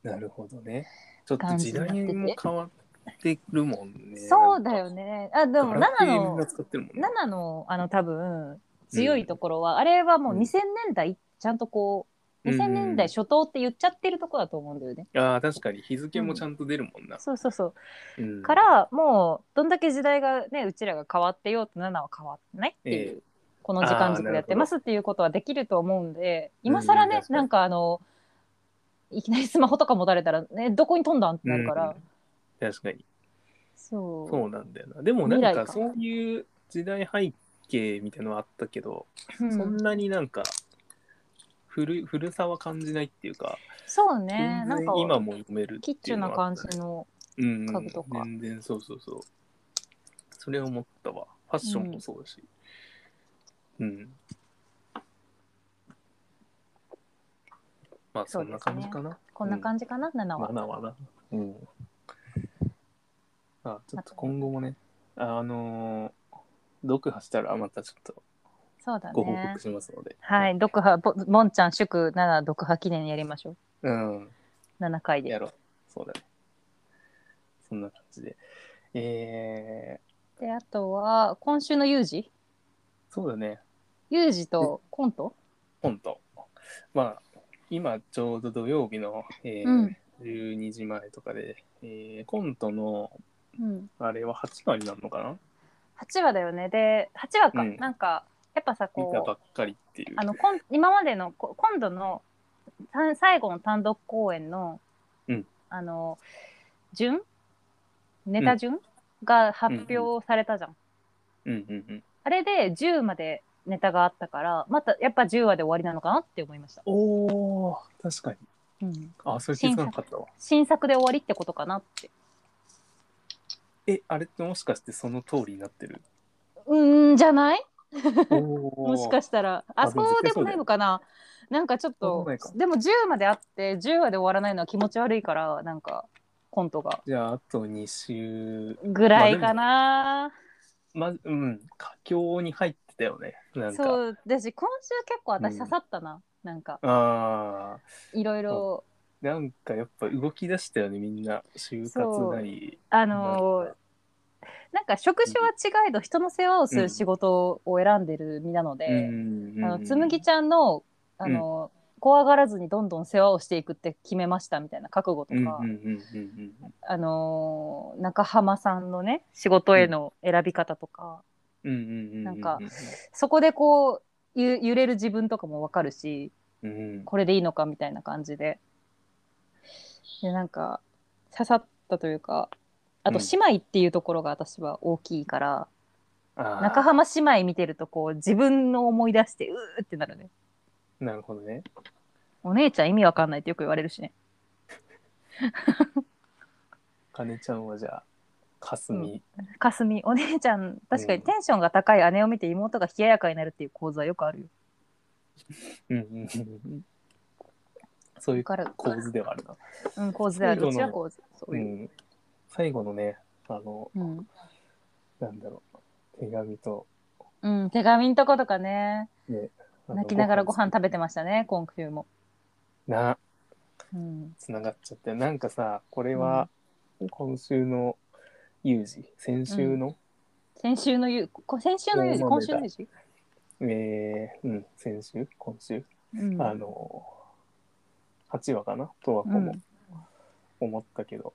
なるほどね。ちょっと時代も変わってるもんね。そうだよね。あ、でなんも、か。ガ7ラケーみんのな、使ってるもんね。 7の、あの、多分、強いところは、あれはもううん2000年代、ちゃんとこう、2000年代初頭って言っちゃってるとこだと思うんだよね。ああ、確かに日付もちゃんと出るもんな。そうそうそう。うんから、もう、どんだけ時代がね、うちらが変わってようと7は変わってないっていう。ええこの時間軸でやってますっていうことはできると思うんで今更うんうねん確、かになんかあのいきなりスマホとか持たれたら、ね、どこに飛んだんってなるから、うん確かに。そうそうなんだよな。でもなん未か来かそういう時代背景みたいのはあったけど、うんそんなになんか古古さは感じないっていうか、そうねなん全か然今も読めるってキいッチュうなのは感あったねじのうん家具とか全然そうそうそう。それ思ったわ。ファッションもそうだし。うん。まあそんな感じかな。こんな感じかな、7わは。なわな。うん。あ、ちょっと今後もね、あのー、読破したらまたちょっとそうだご報告ねしますので。はい読破ぼもんちゃん祝7読破記念やりましょううん。 7回でやろう。そうだね。そんな感じで。えであとは今週のユージー、そうだね。ユージとコント本と。まあ、今ちょうど土曜日の、えーうん12時前とかで、えーコントの、うんあれは8割なるのかな8話だよねで8話か、うんなんかやっぱさ見こたうばっかりっていう。あのこん今までのこ今度のさん最後の単独公演の、うんあの順ネタ順、が発表されたじゃん。うんうんうん。あれで10までネタがあったからまたやっぱ10話で終わりなのかなって思いました。おー、確かに。うん、あ、それ気づかなかったわ。新作で終わりってことかなって。え、あれってもしかしてその通りになってるうーんじゃないももしかしたらああでもそうでもないのかななんかちょっそうでもとないかでも10まであって10話で終わらないのは気持ち悪いからなんかコントがじゃあ、あと2週。ぐらいかな。ま、うん、佳境に入ってたよね。なんか。そうだし今週結構う私ん刺さったな、なんかあいろいろー、なんかやっぱ動き出したよね、みんな。就活なり。あのーなんか職種は違いど人の世話をする仕事を選んでる身なのうんで、うんうんあのつむぎちゃんの、あのー怖がらずにどんどん世話をしていくって決めましたみたいな覚悟とうんうんか、うんうんあのー中浜さんのね仕事への選び方とか、うんうんうんうんなんかそこでこうゆ揺れる自分とかもわかるしうんこれでいいのかみたいな感じででなんか刺さったというかあとうん姉妹っていうところが私は大きいから、あー中浜姉妹見てるとこう自分の思い出してうーってなるねなるほどね。お姉ちゃん意味わかんないってよく言われるしねかねちゃんはじゃあ、かすみ。かすみお姉ちゃん確かうんにテンションが高い姉を見て妹が冷ややかになるっていう構図はよくあるようんうんうんうんそういわうかる、構図ではあるな。うん、構図であるそうういうちのは構図そうういう、ん、最後のね、あの、うんなんだろう、手紙と、うん、手紙のとことかねあの泣きながらご飯食べてましたね今週も、な、うん、つながっちゃって、なんかさ、これは今週の有事、先週の、先週のゆこ先週のゆうじうん今週のゆうじえーうん、先週、今週、うんあの、8話かな、とはこうんも思ったけど、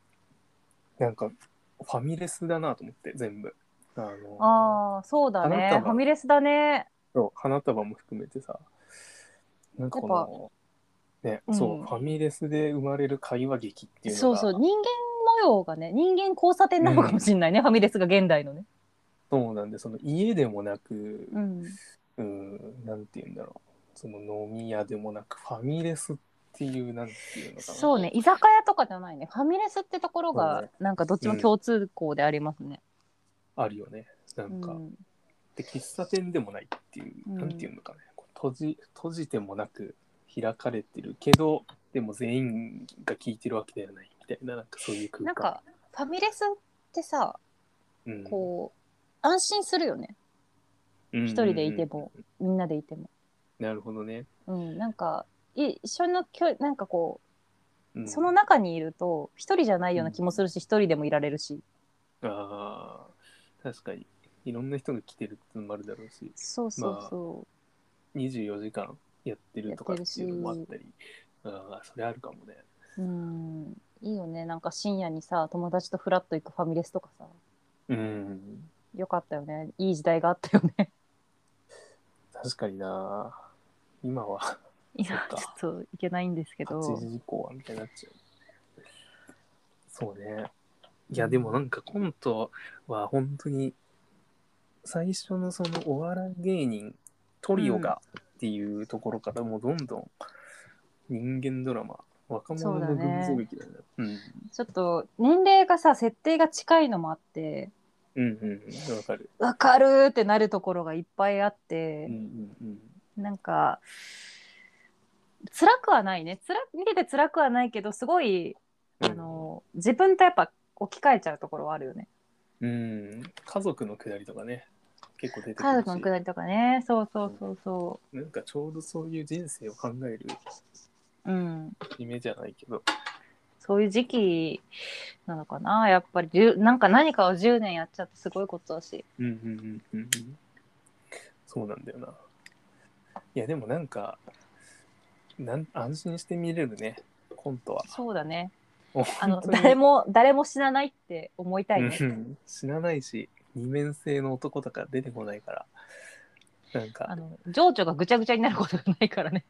なんか、ファミレスだなと思って、全部。あのああそうだ花ね束ファミレスだねそう花束も含めてさなんかこのね、うんそうファミレスで生まれる会話劇っていうのそうがそう人間模様がね人間交差点なのかもしれないね、ファミレスが現代のね、そうなんでその家でもなくう、ん、うん、なんて言うんだろうその飲み屋でもなくファミレスっていうなんていうのかなそうね居酒屋とかじゃないねファミレスってところそうがねなんかどっちも共通項でありますね、あるよねなんか、うんで喫茶店でもないっていう、うんなんていうのかねこう閉じ閉じてもなく開かれてるけどでも全員が聞いてるわけではないみたいななんかそういう空間なんかファミレスってさうんこう安心するよねうん一人でいてもみんなでいても、なるほどねうん、なんかい一緒のきょなんかこううんその中にいると一人じゃないような気もするし一人でもいられるしあー確かにいろんな人が来てるってのもあるだろうしそうそうそ24時間やってるとかっていうのもあったりああそれあるかもねう、うんいいよねなんか深夜にさ友達とフラッと行くファミレスとかさうんよかったよねいい時代があったよね確かにな今は今そっ ちかょっといけないんですけど8時以降はみたいになっちゃうそうねいやでもなんかコントは本当に最初のそのお笑い芸人トリオがっていうところからもうどんどん人間ドラマ若者の群像劇だよねちょっと年齢がさ設定が近いのもあってうんうんうんうんわかるわかるってなるところがいっぱいあっうてんう、んうんなんか辛くはないね辛見てて辛くはないけどすごいあの自分とやっぱ置き換えちゃうところはあるよね。うん家族のくだりとかね結構出てく家る族のくしだりとかねそうそうそうそなんかちょうどそういう人生を考えるう、うん、夢じゃないけどそういう時期なのかなやっぱりじゅうなんか何かを10年やっちゃってすごいことだし。うんうんうんうんうんそうなんだよないやでもなんかなん安心して見れるねコントはそうだねあ本の当に誰も誰も死なないって思いたいね。うん死なないし二面性の男とか出てこないからなんあかの情緒がぐちゃぐちゃになることがないからね。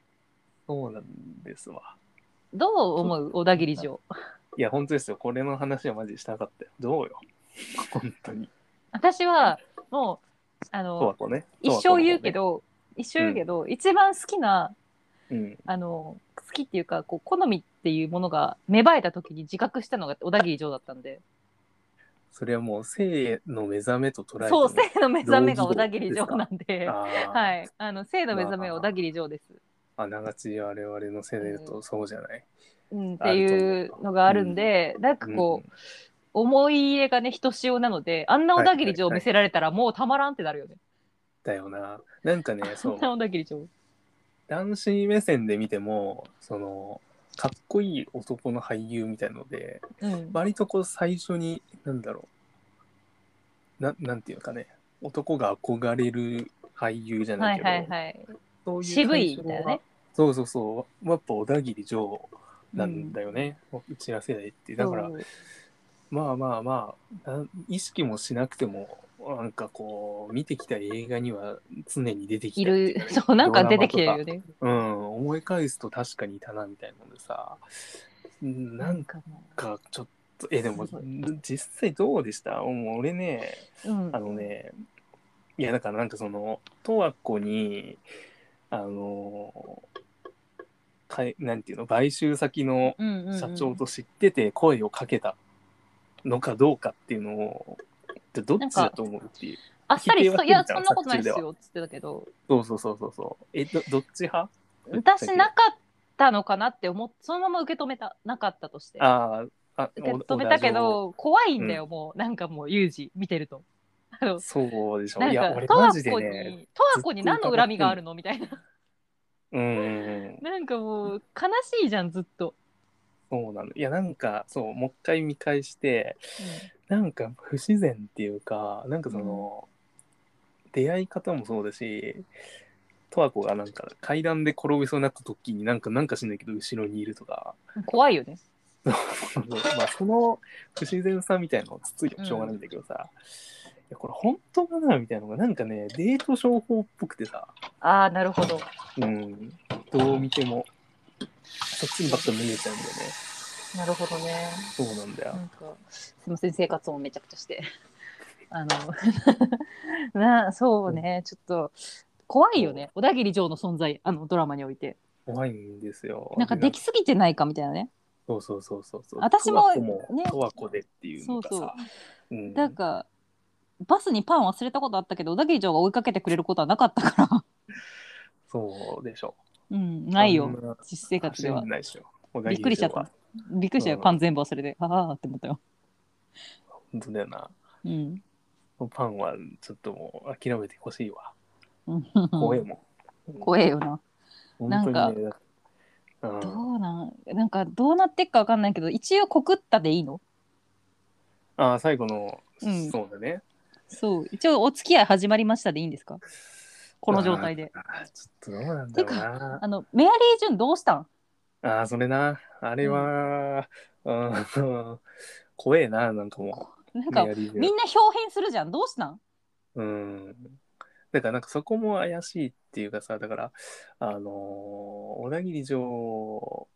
そうなんですわ どう思う小田切城。いや本当ですよこれの話はマジしたかったよどうよ本当に私はもうあとのわこね一生言うけど、ど、一生言うけど、一番好きなうん、あの好きっていうかこう好みっていうものが芽生えた時に自覚したのが小田切城だったんでそれはもう性の目覚めと捉えてねそう性の目覚めが小田切城なんであ ーはいあの性の目覚めは小田切城です、あながち我々の世代だとそうじゃない、うん、っていうのがあるんで、なんかこう、思い入れがねひとしおなのであんな小田切城を見せられたらもうたまらんってなるよね、だよな。なんかね、そあ、うんな小田切城男子目線で見ても、その、かっこいい男の俳優みたいので、うん、割とこう最初に、なんだろう、ななんていうかね、男が憧れる俳優じゃなはいいけど、はいはいそういう渋い最初みたいなはね。そうそうそう、やっぱ小田切城なんだよね、うちら世代って。だからそ、うまあまあまあなん意識もしなくてもなんかこう見てきた映画には常に出てきいたってるそうなんか出てきてるよドねうん、思い返すと確かにいたなみたいなのでさなんかもかちょっとえでもすごい実際どうでしたもう俺ねう、うん、あのねいやだからなんかその十和子にあのかいなんていうの買収先のうんうんうん社長と知ってて声をかけたのかどうかっていうのをじゃあどっちだと思うっていうあっさり否定はそういせやんじゃそんんなことないです作中でよっつってたけどそうそうそうそうそうえどどっち派私なかったのかなって思ってそのまま受け止めたなかったとしてあーあ受け止めたけおど怖いんだよ、もうなんかもうユージ見てると。あのそうでしょなんいやか十俺マ和ジで子ねに十和子に何の恨みがあるのみたいなうんうんうんなんかもう悲しいじゃんずっと。そうなのいやなんかそうもう一回見返してなんか不自然っていうかなんかその、出会い方もそうだし十和子がなんか階段で転びそうになった時になんかなんかしないけど後ろにいるとか うん怖いよね。そのまあその不自然さみたいなのをつついてもしょうがないんだけどさ、いやこれ本当かなみたいなのがなんかねデート商法っぽくてさ、ああなるほど。うん、どう見てもそっちにばっか見えちゃうんだよねなるほどね。そうなんだよな、んかすいません生活音めちゃくちゃして。 あの なそうねちょっと怖いよね小田切城の存在あのドラマにおいて。怖いんですよなんかできすぎてないかみたいなね。そうそうそうそうそう私も十和子ね十和子でっていうのがさそううん、なんかバスにパン忘れたことあったけど小田切城が追いかけてくれることはなかったから そうでしょうんないあんよま実生活では走んないでしょびっくりしちゃっ小田た切びっくりしたようんパン全部忘れてああって思ったよ、城は本当だよなうん、パンはちょっともう諦めてほしいわうん怖えも ん、怖えよな本な当んかにね、うんどうなんなんかどうなってっかわかんないけど一応告ったでいいのああ、最後の、うんそうだね。そう一応お付き合い始まりましたでいいんですかこの状態でああ、ちょっとどうなんだろうな。あのメアリー・ジュンどうしたんああ、それな。あれは、うん、怖えな、なんかもなんう。かメアリーがみんな表変するじゃんどうしたんうん。だからなんかそこも怪しいっていうかさ、だから、あのー小田切城を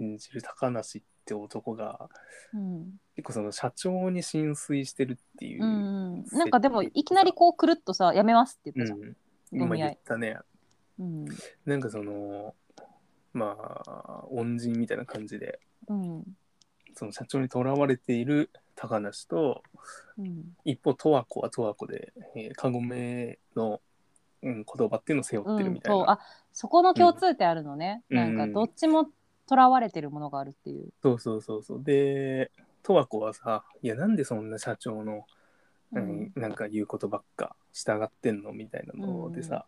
演じる高梨って男が、うん、結構その社長に浸水してるっていうう。ん、なんかでもいきなりこうくるっとさやめますって言ったじゃん、ん、お今見合言いったね。うんなんかその、まあ、恩人みたいな感じで、うんその社長にとらわれている高梨と、うん一方、十和子は十和子で、えー、カゴメの、うん、言葉っていうのを背負ってるみたいな。そうあそこの共通点あるのね、うんなんかどっちもとらわれてるものがあるっていう、そうそうそうそう。で、十和子はさ、いや、なんでそんな社長の、うん、なんか言うことばっか従ってんのみたいなのでさ、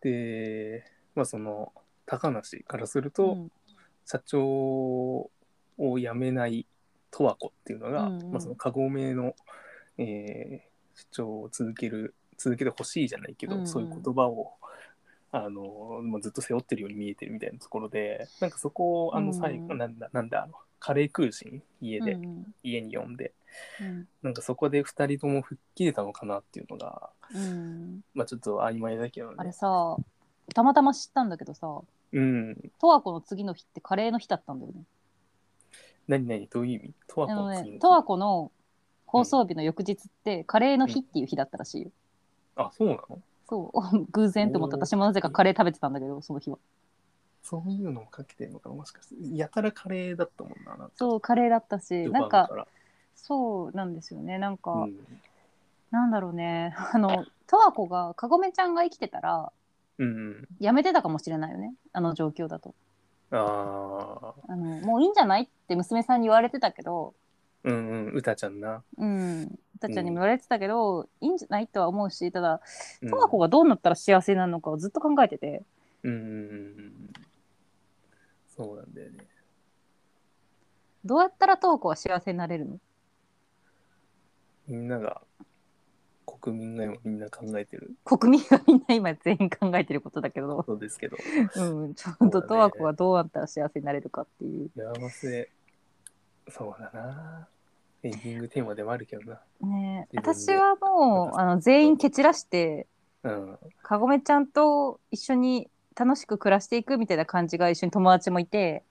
で、まあその、高梨からすると、うん社長を辞めない十和子っていうのが、うんうんまあ、そのカゴメの、えー社長を続ける続けてほしいじゃないけど、うんうんそういう言葉をあのもうずっと背負ってるように見えてるみたいなところでなんかそこをあうのんうん最後、なんだなんだあのカレー空心家で、うん家に呼んでうんなんかそこで2人とも吹っ切れたのかなっていうのが、うん、まあ、ちょっと曖昧だけどあれね。さたまたま知ったんだけどさうん、十和子の次の日ってカレーの日だったんだよね。何何どういう意味十和あ子ののね次の日十和子の放送日の翌日ってカレーの日っていう日だったらしいよ。あそうなのそう 偶然と思っておー私もなぜかカレー食べてたんだけどその日は。そういうのをかけてるのかなもしかして。やたらカレーだったもんな。なんかそうカレーだったし序なん盤からそうなんですよねなんか、うんなんだろうね あの十和子がかごめちゃんが生きてたらうん。やめてたかもしれないよねあの状況だとああ。あの。もういいんじゃないって娘さんに言われてたけどうんうん。うたちゃんな。うん、たちゃんにも言われてたけど、いいんじゃないとは思うしただうん十和子がどうなったら幸せになるのかをずっと考えてて、うんうんうん。そうなんだよね。どうやったら十和子は幸せになれるのみんなが、国民が今みんな考えてる国民がみんな今全員考えてることだけど こ、とですけど、うん、ちょっそとうだね十和子がどうなったら幸せになれるかっていう、幸せ、そうだな。エンディングテーマでもあるけどな。ねえ、自分で私はもうあの全員蹴散らしてうん。かごめちゃんと一緒に楽しく暮らしていくみたいな感じが一緒に友達もいて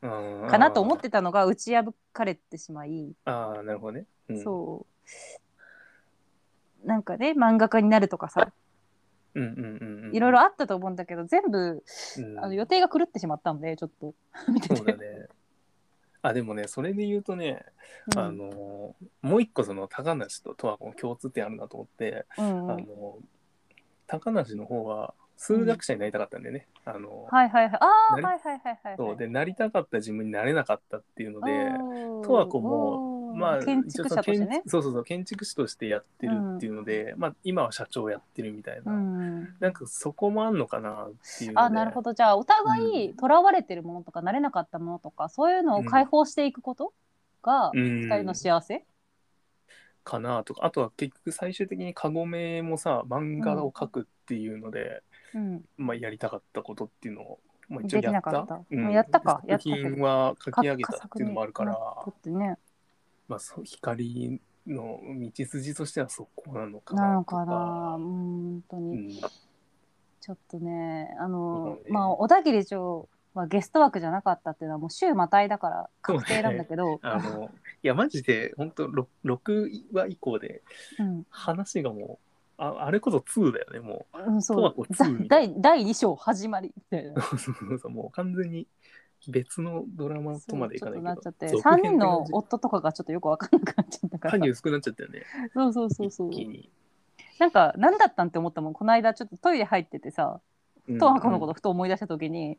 うん、かなと思ってたのが打ち破かれてしまい、ああ、なるほどね。うん、そうなんかね漫画家になるとかさう。うんうんうんうん。いろいろあったと思うんだけど全部うんあの予定が狂ってしまったんでちょっと見てそうてだ、ね。あ、でもね、それで言うとね、 うんあのもう一個その高梨と十和子の共通点あるなと思って、うんうんあの高梨の方は数学者になりたかったんだよね。あのはいはいはいああはないりはいはいはいはいそうでなりたかった自分になれなかったっていうので。十十和子もまあ、建築者としてね一応その建そうそうそう建築士としてやってるっていうので、まあ、今は社長やってるみたいな、うんなんかそこもあんのかなっていうのであなるほどじゃあお互いとらわれてるものとか慣れなかったものとかそういうのを解放していくことがう二ん人の幸せ、かなとかあとは結局最終的にカゴメもさ漫画を描くっていうので、うんまあ、やりたかったことっていうのを、まあ、できなかったうんもうやったかやったけ作ど品は書き上げたっていうのもあるから、だってねまあ、そう光の道筋としてはそこなのかななのとかかなうん本当うに、んちょっとねあの、そうだねまあ小田切長はゲスト枠じゃなかったっていうのはもう週またいだから確定なんだけど、あのいやマジで本当ろ6話以降でうん話がもうああれこそ2だよねも うん、そう十和子ツーみた第第2章始まりみたいなうそうそうそうもう完全に別のドラマとまでいちょかっとないなっちゃってけど3人の続夫とかがちょっとよく分かんなくなっちゃったから編の感じ影薄くなっちゃったよねそうそうそうそう一気に。なんか何だったんって思ったもんこの間ちょっとトイレ入っててさうん十和子のことふと思い出した時に、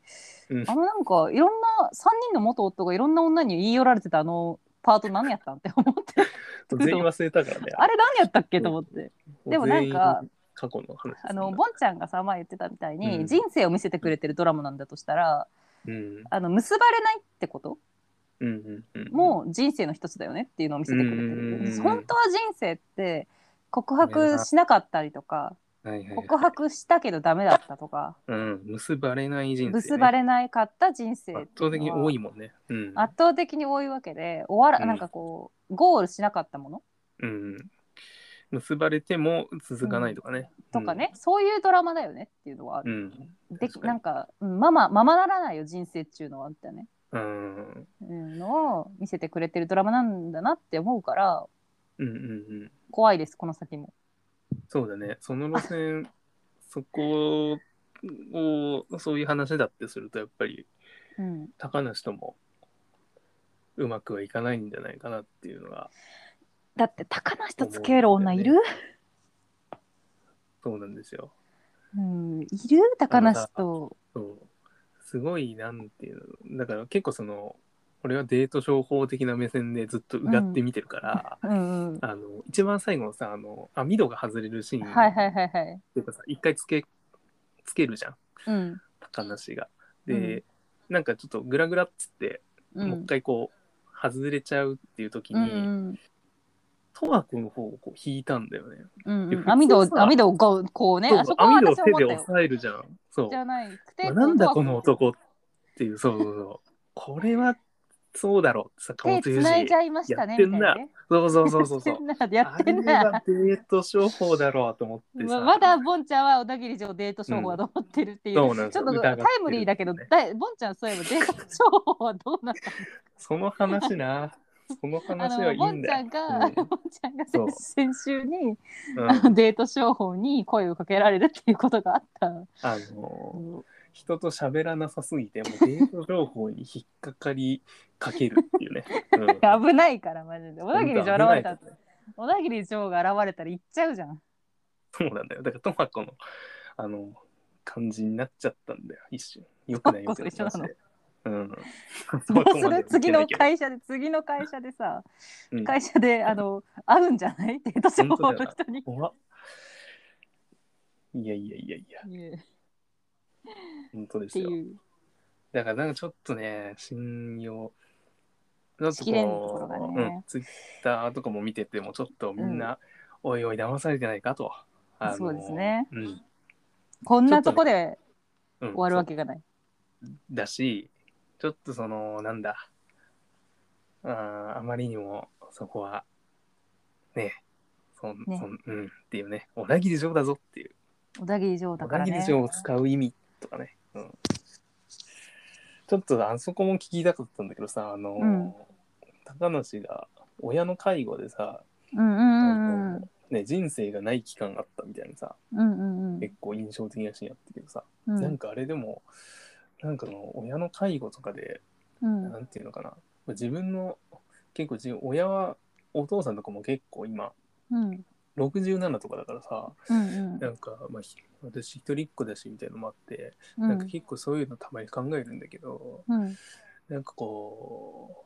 うんあのなんかいろんな3人の元夫がいろんな女に言い寄られてたあのパート何やったんって思 って全員忘れたからね。あれ何やったっけと思ってでもなんか全員過去の話ですね、あのボンちゃんがさ前言ってたみたいに、うん人生を見せてくれてるドラマなんだとしたらうん。あの結ばれないってことうんうんうん。もう人生の一つだよねっていうのを見せてくれてうんうんうるん本当は人生って告白しなかったりとかう、はいはいはい、告白したけどダメだったとかうん。結ばれない人生、ね。結ばれなかった人生っていうのは圧倒的に多いもんね。うん。圧倒的に多いわけで終わら、うんなんかこうゴールしなかったものうん。結ばれても続かないとかね。とかね、そういうドラマだよねっていうのはあうる、ん。で確かになんか、うんママママならないよ人生っていうのはあったね、うん。うん。うん、のを見せてくれてるドラマなんだなって思うからうんうんうん。怖いですこの先も。そうだね。その路線、そこを、そういう話だってすると、やっぱり、うん高梨とも、うまくはいかないんじゃないかなっていうのが、だって高梨と付き合える女いる、そうなんですよ。うん、いる高梨と。そう。すごい、なんていうの。だから結構その、俺はデート商法的な目線でずっとうがって見てるから、うんうん、あの、一番最後のさ、あの、網戸が外れるシーン。はいはいはいはい。っていうかさ一回つけつけるじゃんうん高梨が。で、なんかちょっとグラグラっつって、うんもう一回こう外れちゃうっていう時うんに、トワコの方をこう引いたんだよね。うんでう普通ん、さ網戸を網戸をこうこうねそうあそこは網戸を私手は思っでた押よさえるじゃん。そう。じゃないくまてあなんだトワコこの男っていう、そうそう そう。これはそうだろう坂本手龍つない二じ。ゃいましたねやってみんたいななね。そうそうそうそうそう。 やあってれんな。がデート商法だろうと思ってまさ。まだボンちゃんは小田切城デート商法はどう思ってるっていう、そうなんですちょよっとタイムリーだけど、疑ってるんですだいボンちゃんそういえばデート商法はどうなったその 話な。そののあ話はのいいボんンちゃだよ。んが、うんボンちゃんがそう先先週に、うんあの デート商法に声をかけられるっていうことがあった。あのー人と喋らなさすぎてもうデート情報に引っかかりかけるっていうね。 うん、危ないからマジで小田切本城当現れ危ないた小田切城が現れたら行っちゃう じゃんそうなんだよ。だからトマコのあの感じになっちゃったんだよ一瞬。よくないよくないトマコと一緒なの話でうん。そうトマコすまではる行次けなのいけど会社で次の会社でさ、うん会社であの会うんじゃない デート商法の人に怖っいやいやいやいや、本当でってすいよ。うだからなんかちょっとね、信用。ちょっしきれんところがねうん、ツイッターとかも見てても、ちょっとみんな、おいおい、騙されてないかと。あのそうですね。うん。こんなとこで、うん、終わるわけがない。そうだし、ちょっとその、なんだ。あーあまりにも、そこは、ねそん、ねそん、うん、っていうね、小田切城だぞっていう。小田切城だ小から田切ね。城を使う意味とかね。うん。ちょっとあそこも聞きたかったんだけどさ、あの、うん高梨が親の介護でさ、うんうあんうんのね、人生がない期間があったみたいなさ、うんうん結構印象的なシーンあったけどさ、うなんんかあれでも、なんかの親の介護とかで、うんなんていうのかな、自分の、結構自分、親は、お父さんとかも結構今、うん67とかだからさ、うんなんか、まあ、ひ私一人っ子だしみたいなのもあって、うなんかん結構そういうのたまに考えるんだけど、うんなんかこう、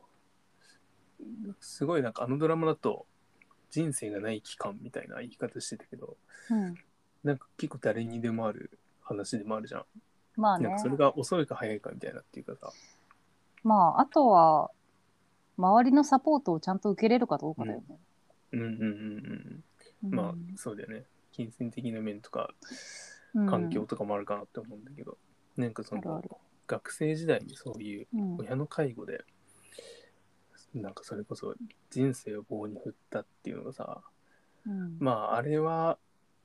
すごいなんかあのドラマだと、人生がない期間みたいな言い方してたけど、うんなんか結構誰にでもある話でもあるじゃん。まあなねんかそれが遅いか早いかみたいなっていうかさ、まああとは周りのサポートをちゃんと受けれるかどうかだよね。うんうんうんううんん。まあ、そうだよね。金銭的な面とか、うん環境とかもあるかなって思うんだけど、なんかそあるあのる、学生時代にそういううん親の介護でなんかそれこそ人生を棒に振ったっていうのがさうんまああれは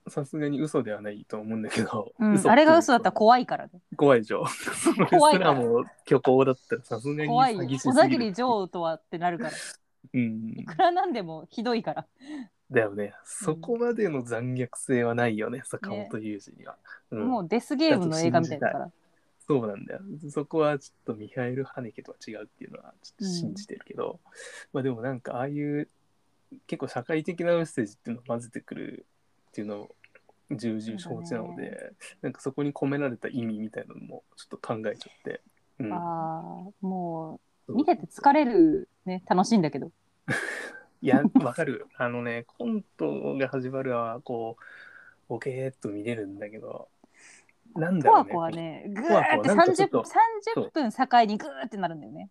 さすがに嘘ではないと思うんだけど、うんってあれが嘘だったら怖いからね。怖いでし ょそれ怖いすらも虚構だったらさすがに怖いよ詐欺。師小す田ぎる切城とはってなる から。うんいくらなんでもひどいから。だよねそこまでの残虐性はないよね坂本龍二には、うんもうデスゲームの映画みたいだから。そうなんだよそこはちょっとミハエル・ハネケとは違うっていうのはちょっと信じてるけど、まあでもなんかああいう結構社会的なメッセージっていうのを混ぜてくるっていうのを重々承知なので、そなんかそこに込められた意味みたいなのもちょっと考えちゃって、うん、ああもそうう見てて疲れるね楽しいんだけど。いやわかるあのねコントが始まるはこうボケーっと見れるんだけどなんだコろうアねコはね、ぐコアコーはってなんかち30ょっと分、30分境にぐーってなるんだよね。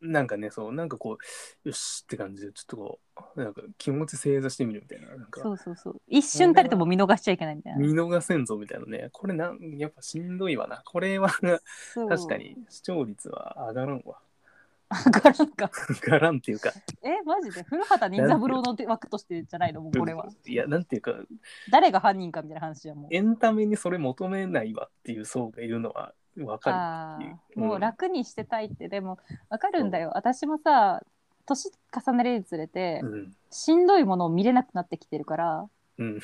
なんかねそうなんかこうよしって感じでちょっとこうなんか気持ち正座してみるみたいななんかそうそうそう。一瞬たりとも見逃しちゃいけないみたいな。見逃せんぞみたいなねこれなんやっぱしんどいわなこれはそう 確か。に視聴率は上がらんわ わからんか。上がらんっていうかえ、マジで古畑任三郎の枠としてじゃないのもうこれは。いやなんていうか誰が犯人かみたいな話やもん。エンタメにそれ求めないわっていう層がいるのはわかあるってーいうもう楽にしてたいって、でもわかるんだよ。私もさ、年重ねるにつれて、る。うんしんどいものを見れなくなってきてるから、うん、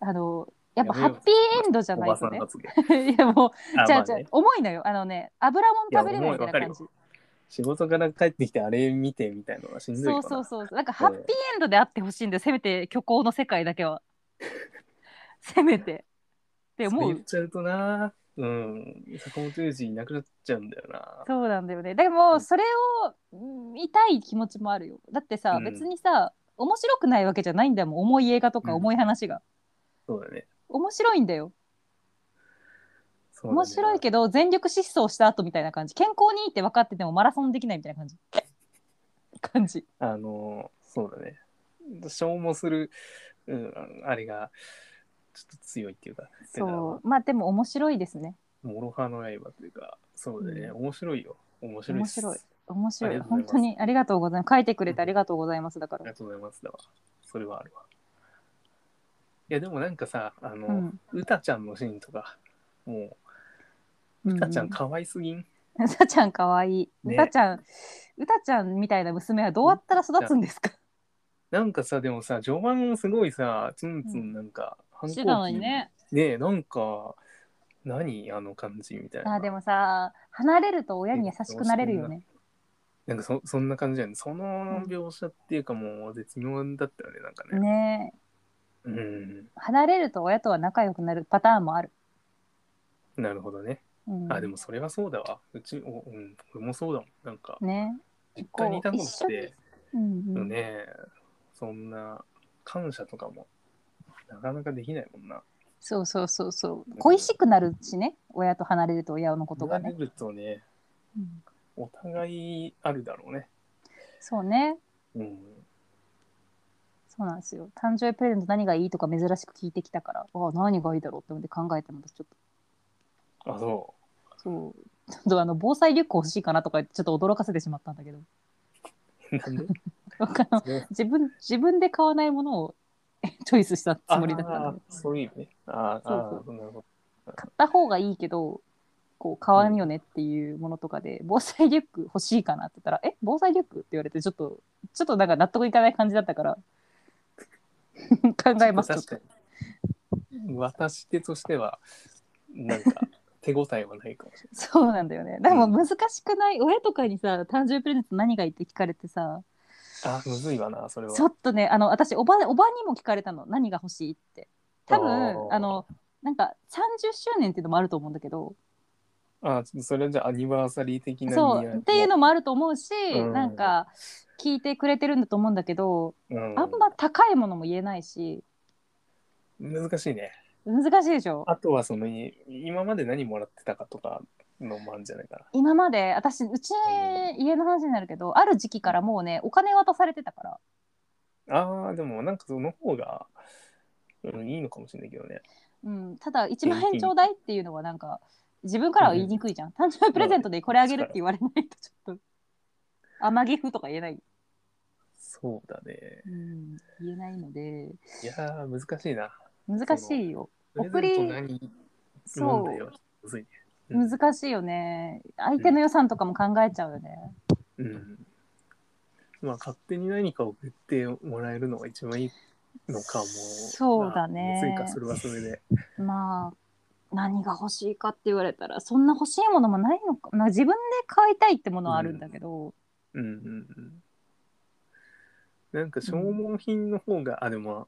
あの、やっぱやめハよッピーエンド じゃおないばとさんね。発言。いやもうあじゃまああじゃあね、重いのよ。あのね、油もん食べれないみたいいや重いわかなる感よじ。仕事から帰ってきてあれ見てみたいのはしんどいよそなうそうそう。なんかハッピーエンドであってほしいんで、せめて虚構の世界だけは。せめて。ってそれ思言っう。ちゃうとな、うん、坂本龍二いなくなっちゃうんだよな。そうなんだよね。でも、それをうん見たい気持ちもあるよ。だってさ、うん別にさ、面白くないわけじゃないんだもん。重い映画とかうん重い話が。そうだね。面白いんだよ。そうだね面白いけど、全力疾走した後みたいな感じ。健康にいいって分かっててもマラソンできないみたいな感じ。 感じ。あの、そうだね。消耗する、うん、あれが、ちょっと強いっていうか、だからそう。まあでも面白いですね。もろ刃の刃というか、そうだね、う面白いよ。面白い面です白い。面白あい。りがとうござい本ます当にありがとうございます。書いてくれてありがとうございます。だかありら。がとうございますだわ。それはあるわ。いや、でもなんかさ、あうの、ん。うた、ちゃんのシーンとか、もうう、うたちゃんか。可愛すぎん。うたちゃんかわいい。ねうたちゃん、うたちゃんみたいな娘はどうやったら育つんですかなんかさ、でもさ、序盤すごいさ、ツンツンなんか、反してたのにね。ねえ、なんか、何あの感じみたいな。あ、でもさ、離れると親に優しくなれるよね。なんかそ、そんな感じだよね。そのうん描写っていうか、もう絶妙だったよね、なんかね。ねえうん。離れると親とは仲良くなるパターンもある。なるほどね。うん、あ、でもそれはそうだわ。うち、おうん、俺もそうだもん。なんか、ね実家にいたのって、え。うんうんねえ、そんな感謝とかも、なかなかできないもんな。そうそうそうそう。恋しくなるしね。親と離れると親のことが言われね。るとね、うんお互いあるだろうね。そうね。うん。 そうなんですよ。誕生日プレゼント何がいいとか珍しく聞いてきたから、ああ、何がいいだろうって思って考えてもちょっあ、そと、そう、ちょっとあの、防災リュック欲しいかなとか言ってちょっと驚かせてしまったんだけど、 う。なんで他の 自分、自分で買わないものを チョイスしたつもりだったんだあけどーそういう意味ね。あーそうあー、なるほど。買った方がいいけど、こう、買わんよねっていうものとかで、防災リュック欲しいかなって言ったら、え、防災リュックって言われて、ちょっと、ちょっとなんか納得いかない感じだった から、考えます、ちょっ確とか。に。私手としては、なんか、手応えはないかもしれそうなんだよね。でも難しくない、親とかにさ、誕生日プレゼント何がいいって聞かれてさ、ない。あー、むずいわな、それは。ちょっとね、あの、私、おば、おばにも聞かれたの、何が欲しいって。多あ分、ーあの、なんか30周年っていうのもあると思うんだけど、あーそれじゃあアニバーサリー的なそ意味合う、いっていうのもあると思うし、うんなんか、聞いてくれてるんだと思うんだけど、うんあんま高いものも言えないし、難しいね。難しいでしょあとはそのい今まで何もらってたかとかのもあるんじゃないか今まで、私、うち、家の話になるけど、ある時期からもうね、お金渡されてたから、な。ああーでもなんかその方が、うん、いいのかもしれないけどね。うん、ただ1万円ちょうだいっていうのはなんか自分からは言いにくいじゃん、誕生日プレゼントでこれあげるって言われないとちょっと甘ギフとか言えない、そうだね。うん、言えないのでいやー難しいな。難しいよプレ送りゼント何そ問題うはむずいね。うん難しいよね相手の予算とかも考えちゃうよね、うんまあ勝手に何か送ってもらえるのが一番いいのかもそうだねまあむずいかそれはそれでまあ何が欲しいかって言われたらそんな欲しいものもないのか、まあ、自分で買いたいってものはあるんだけど、うんうんうんなんか消耗品の方が、あでも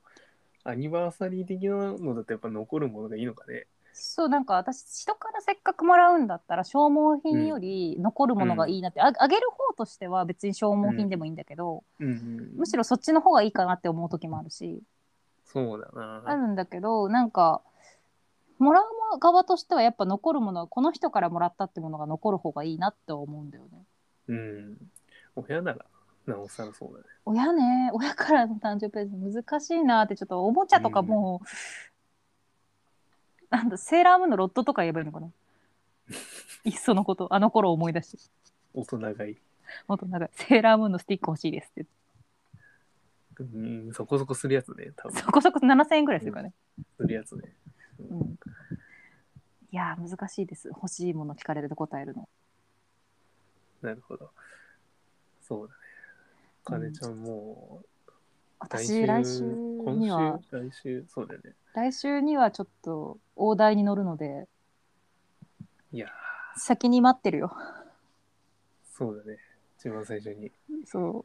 アニバーサリー的なのだとやっぱ残るものがいいのかねそうなんか私人からせっかくもらうんだったら消耗品より残るものがいいなって、ああげる方としては別に消耗品でもいいんだけど、うん、うん、むしろそっちの方がいいかなって思う時もあるし、そうだなあるんだけどなんかもらう側としてはやっぱ残るものはこの人からもらったってものが残る方がいいなって思うんだよね。うん。親なら、なおさらそうだね。親ね親からの誕生日プレゼント難しいなってちょっとおもちゃとかもう、なんだセーラームーンのロットとか言えばいいのか ないっそのことあの頃を思い出して大人がいい。もっとなんかセーラームーンのスティック欲しいですってうん、そこそこするやつね。多分そこそこ7000円ぐらいするからね、するやつね。うんいやー難しいです欲しいもの聞かれると答えるのなるほど。そうだね。かねちゃんもう、私来週には今週、来週、そうだよね。来週にはちょっと大台に乗るのでいやー、先に待ってるよそうだね。一番最初に。そ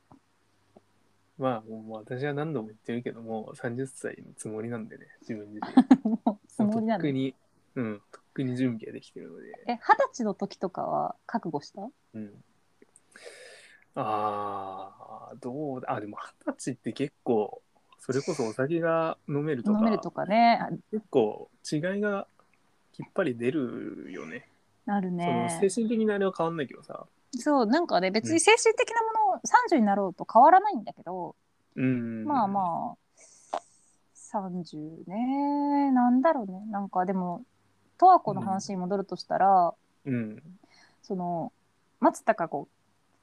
まあ、もうもう私は何度も言ってるけども、30歳のつもりなんでね、自分自う も うつ身。もりなんとっくでに、うん、とっくに準備ができてるので。え二十歳の時とかは覚悟したうん。ああ、どうだ、あ、でも二十歳って結構、それこそお酒が飲めると飲か、めるとかねあ結構違いがきっぱり出るよね。なるそねの精神的なあれは変わんないけどさ。そうなんかね別に精神的なもの、30になろうと変わらないんだけど、うん。まああ。まあ30ねなんだろうねなんかでも十和子の話に戻るとしたら、うん。その松たか子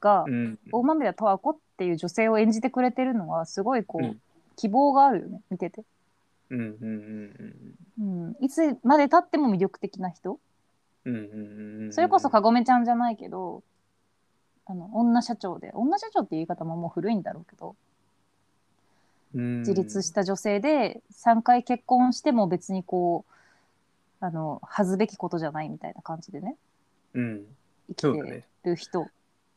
がうん。大豆田十和子っていう女性を演じてくれてるのはすごいこう、うん希望があるよね見てて、うん。うん。うん。うん、いつまでたっても魅力的な人うんうんうん。それこそかごめちゃんじゃないけど、あの女社長で女社長って言い方ももう古いんだろうけど自自立した女性で3回結婚しても別にこうあの恥ずべきことじゃないみたいな感じでねうん。生きそうだてね。る人っ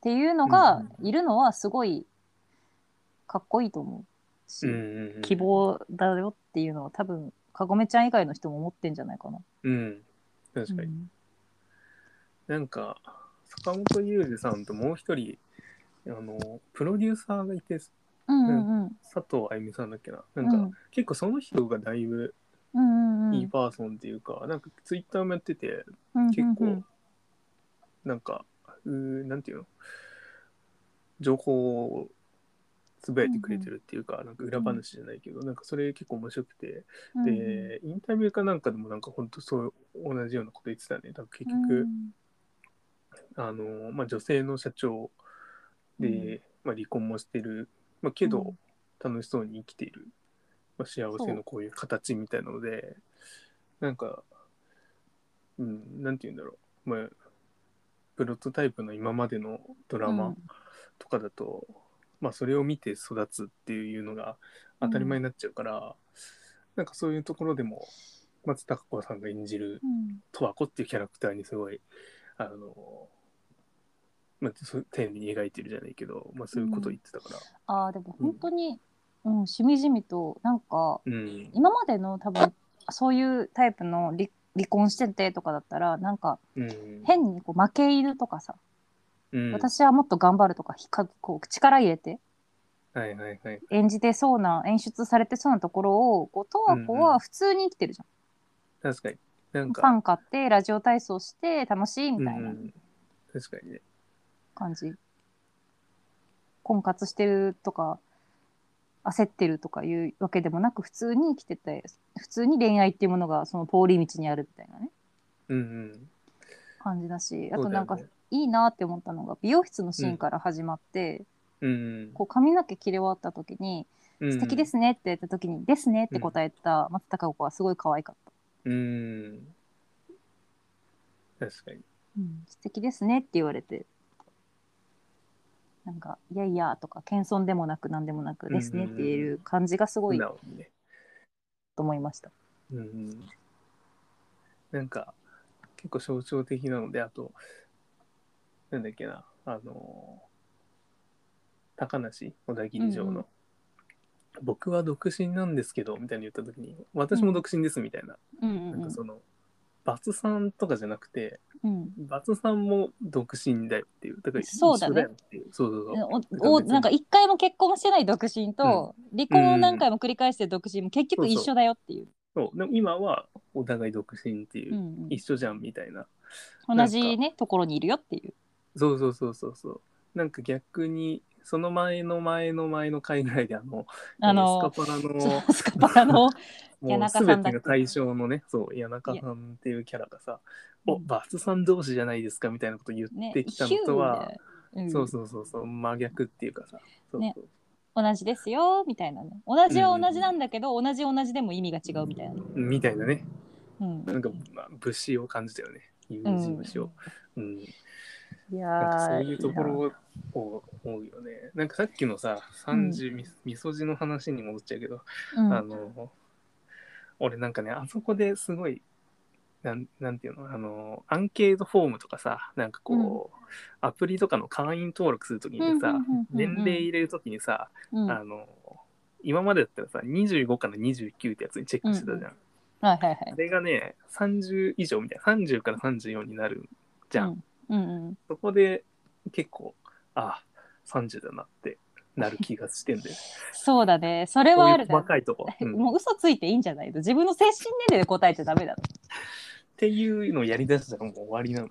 ていうのうがんいるのはすごいかっこいいと思うし、うんうんうん。希。望だよっていうのは多分かごめちゃん以外の人も思ってんじゃないかな。うん。確かに。うんなんか、坂本龍二さんともう一人、あの、プロデューサーがいて、うんうんうん佐藤あゆみさんだっけな。うなんか、ん結構その人がだいぶうんうんいいパーソンっていうか、なんかツイッターもやってて、うん結構、うんうんなんか、うーなんていうの、情報をつぶやいてくれてるっていうか、なんか裏話じゃないけど、なんかそれ結構面白くて、うんで、インタビューかなんかでもなんか本当そう、同じようなこと言ってたね。なんか結うん局、あのまあ、女性の社長で、うんまあ、離婚もしてる、まあ、けど、うん楽しそうに生きている、まあ、幸せのこういう形みたいなのでなんか、うん、なんて言うんだろう、まあ、プロトタイプの今までのドラうマんとかだと、まあ、それを見て育つっていうのが当たり前になっちゃうから、なんかそういうところでも松たか子さんが演じるうん十和子っていうキャラクターにすごいあの、まあ、そう丁寧に描いてるじゃないけど、まあ、そういうことを言ってたから、ああでも本当に、うんしみじみとなんかうん今までの多分そういうタイプの離離婚しててとかだったらなんかうん変にこう負け犬とかさ、うん、私はもっと頑張るとかひかこう力入れてはいはいはい、演じてそうな演出されてそうなところをこう十和子うんうんは普通に生きてるじゃん。確かになんかパン買ってラジオ体操して楽しいみたいなうん、確かにね感じ、婚活してるとか焦ってるとかいうわけでもなく普通に生きてて普通に恋愛っていうものがその通り道にあるみたいなねうんうん感じだしあそうとだなよんかねいいなって思ったのが美容室のシーンから始まって、うんこう髪の毛切れ終わった時に「素敵で、すね」って言った時に「ですね」って答えた松たか子はすごい可愛かった。うんうん、確かにうん、素敵ですねって言われてなんか「いやいや」とか謙遜でもなく何でもなく「うんうんですね」って言える感じがすごいなおね、と思いました。うんうん、なんか結構象徴的なのであとなんだっけなあの高梨小田切城の、うんうん僕は独身なんですけど」みたいに言った時に「私も独身です」みたいな,、うんうんなんうかんそのバツさんとかじゃなくてうんバツさんも独身だよっていうだからそうだね一緒よっていうそうそうそう、おおなんか一回も結婚してない独身と、離婚を何回も繰り返してる独身も結局一緒だよっていう。そうでも今はお互い独身っていうう、ん一緒じゃんみたいなうん、同じねところにいるよっていう。そうそうそうそうそうなんか逆にその前の前の前の回ぐらいであのあのえースカパラそのうスカパラの谷もう中さんだ全っててが対象のねそう谷中さんっていうキャラがさ「おうんバツさん同士じゃない ですか」みたいなこと言ねってきたのとは、ヒューでうんそうそうそうそう真逆っていうかさそうねそう同じですよみたいなね同じは同じなんだけど、同じ同じでも意味が違うみたいなね、みたいなねうん、なんか、まあ、武士を感じたよね友人武士を、うんいやなんかーそういうところを思うよねなんかさっきのさ30みみそじの話に戻っちゃうけど、うんあの俺なんかねあそこですごいなんなんていうのあのアンケートフォームとかさなんかこう、アプリとかの会員登録するときにさ、うんうんうんうんうん年齢入れるときにさ、うんあの今までだったらさ25から29ってやつにチェックしてたじゃん、はいはいはいあれがね30以上みたいな30から34になるじゃん、うんうんそこで結構あ30だなってなる気がしてんだよ そうだねそれこはういあうるだ細かい とこ、うんっもう嘘ついていいんじゃないと自分の精神年齢で答えちゃダメだと ていうのをやりだしたらもう終わりなの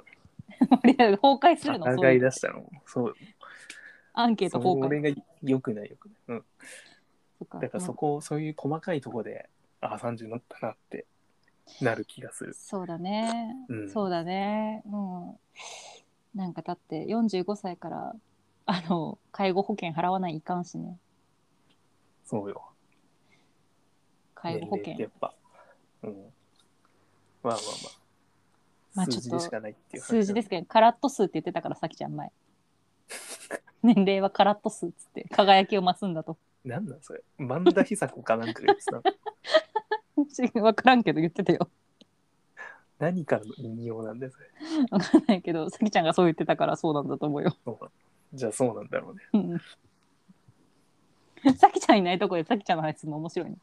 崩壊するの考え出したらもうそうアンケートそれ崩壊俺が良くない良くない、とかうん、だからそこをそういう細かいとこであ30になったなってなる気がする、そうだね、うん、そうだねもうなんかだって45歳からあの介護保険払わないいかんしねそうよ介護保年険齢ってやっぱ、うん、まあまあままああちょ数っと字でしかないっていう話数字ですけどカラット数って言ってたからさきちゃん 前年齢はカラット数っつって輝きを増すんだと なんなんそれ万田久子かなんか が言ってたの分からんけど言ってたよ 何からの引用なんだよそれ分かんないけどさきちゃんがそう言ってたからそうなんだと思うよそうなのじゃあそうなんだろうねうん さきちゃんいないとこでさきちゃんの話するの面白いね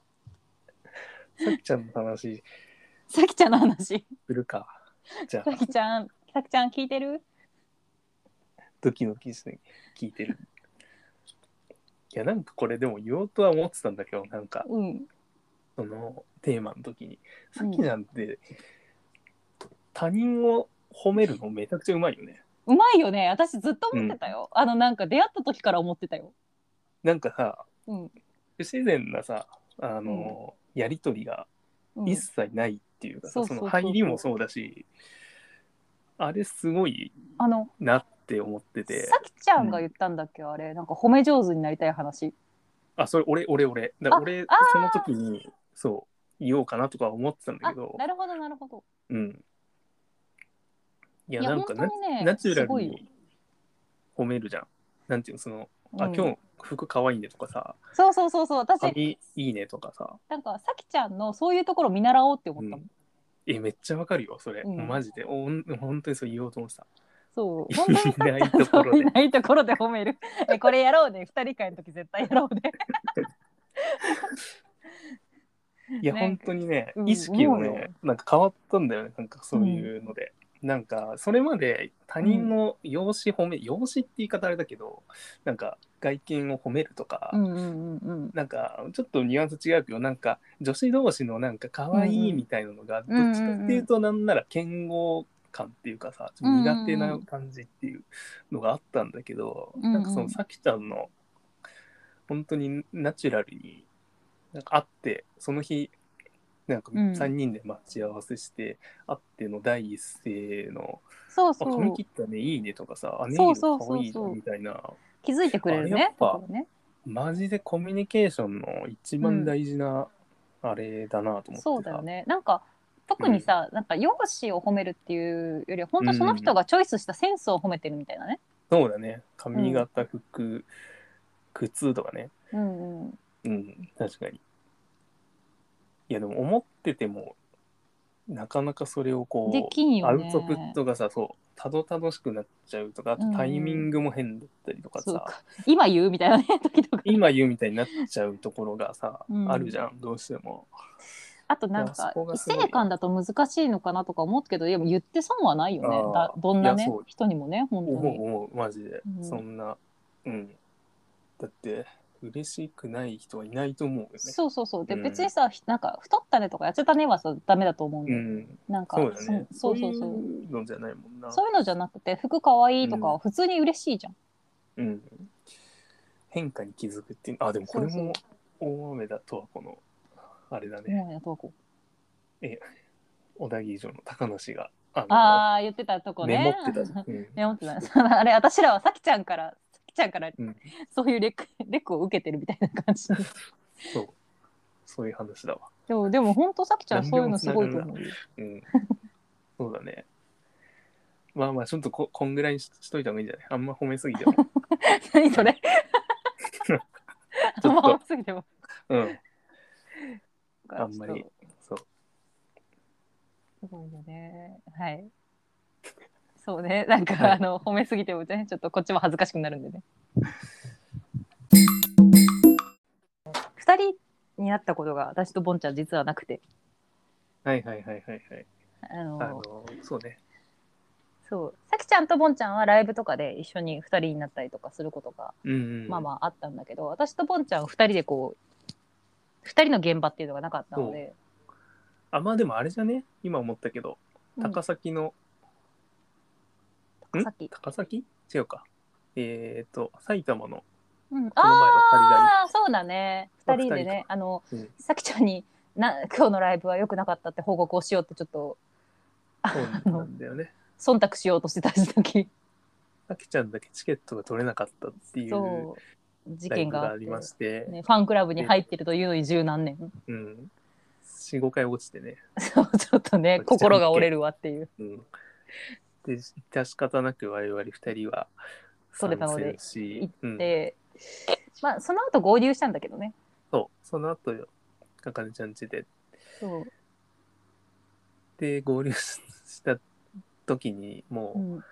さきちゃんの話さきちゃんの話するかじゃさあきちゃんさきちゃん聞いてるドキドキして聞いてるいやなんかこれでも言おうとは思ってたんだけどなんかうんそのテーマの時にうさんきちゃんって他人を褒めるのめちゃくちゃうまいよねうまいよね私ずっと思ってたよ、あのなんか出会った時から思ってたよなんかさうん、不自然なさあの、やり取りがうん、一切ないっていうかさ、うんそそうのそうそうそう入りもそうだしあれすごいあのなって思っててさきちゃんが言ったんだっけ、あれなんか褒め上手になりたい話あそれ俺俺俺だからあ俺あーその時にそう言おうかなとか思ってたんだあけどなるほどなるほどうんいやいやなんか本な当にねナチュラすごルいよに褒めるじゃんなんていうのそのあ、うん今日服可愛いねとかさそうそうそうそう私髪いいねとかさなんかさきちゃんのそういうところ見習おうって思ったもん、うえめっちゃわかるよそれ、うんマジでおん本当にそう言おうと思ってたそう本当にさ いきないちゃんとこ そうろいでないところで褒めるえこれやろうね二人会の時絶対やろうねいや、ね本当にねう、ん意識も思うよね、なんか変わったんだよね、なんかそういうので。なんか、それまで他人の容姿褒め、容姿って言い方あれだけど、なんか外見を褒めるとか、うんうんうんうんなんかちょっとニュアンス違うけど、なんか女子同士のなんか可愛うんういんみたいなのが、うんうんどっちかっていうとなんなら嫌悪感っていうかさ、ちょっと苦手な感じっていうのがあったんだけど、うんうんなんかそのさきちゃんの、本当にナチュラルに、なんか会って、その日、なんかうん3人で待ち合わせして、会っての第一声のそう「そあ髪う切ったねいいね」とかさ「あネイそうルそうかそうそうわいいじゃん」みたいな気づいてくれるあれやねっぱところねマジでコミュニケーションの一番大事なあれだなと思ってさそうだよねなんか特にさ、なんか容姿を褒めるっていうよりは本当その人がチョイスしたセンスを褒めてるみたいなね、そうだね髪型服、靴とかねうんうん、うん確かにいやでも思っててもなかなかそれをこうできんよねアウトプットがさそうたどたどしくなっちゃうとかあとタイミングも変だったりとかさ、そうか今言うみたいなね時々 今言うみたいになっちゃうところがさ、うんあるじゃんどうしてもあとなんいやかそこが異すごい性感だと難しいのかなとか思うけどでも言って損はないよねあーだどんないねやそう人にもね本当思うに思うマジで、うんそんなうんだって嬉しくない人はいないと思うよね。そうそうそうで、うん別にさひなんか太ったねとか痩せたねはさダメだと思うんうだよ、ん、なんかそうだね。そそうそうそうそういうのじゃないもんな。そういうのじゃなくて服かわいいとかは普通に嬉しいじゃん、うん、変化に気づくっていうあでもこれそうも大雨だとはこのあれだね、もうやとはこう小田木城の高梨があああ言ってたとのこねメモってたじゃん、うん メモってたそのあれ私らはさきちゃんからさきちゃんから、うんそういうレック レックを受けてるみたいな感じそうそういう話だわ、でもでも本当さきちゃん何そでういうものつすながごいるとな思うよ うん、そうだねまあまあちょっとここんぐらいにししといた方がいいんじゃないあんま褒めすぎても何それち あんょまっと多すぎてもうんあんまりそうすごいよね。 はい。そうね。なんか、はいあの褒めすぎてもね、ちょっとこっちも恥ずかしくなるんでね。二人になったことが私とボンちゃん実はなくて、はいはいはいはいはいあのあのそうねそう、さきちゃんとボンちゃんはライブとかで一緒に二人になったりとかすることが、うん、うん、まあまああったんだけど、私とボンちゃんは二人でこう二人の現場っていうのがなかったので、あまあでもあれじゃね今思ったけどうん高崎の、高崎、高崎違うか。えっ、と、埼玉の、うん、この前の仮がいいああーそうだねまあ2人で二人ねあの、うんさきちゃんにな 「今日のライブは良くなかった」って報告をしようってちょっとそうなんだ よね。忖度しようとしてた時あきちゃんだけチケットが取れなかったっていうそう事ライ件ブががああってりまして、ね、ファンクラブに入ってるというのに十何年 うん。4、5回落ちてね。そうちょっとね心が折れるわっていううん。で、致し方なく我々2人は取れたので参戦し行、うん、で、まあその後合流したんだけどねそう、その後よ、あかねちゃん家で、そう、で、合流した時に、もうう、ん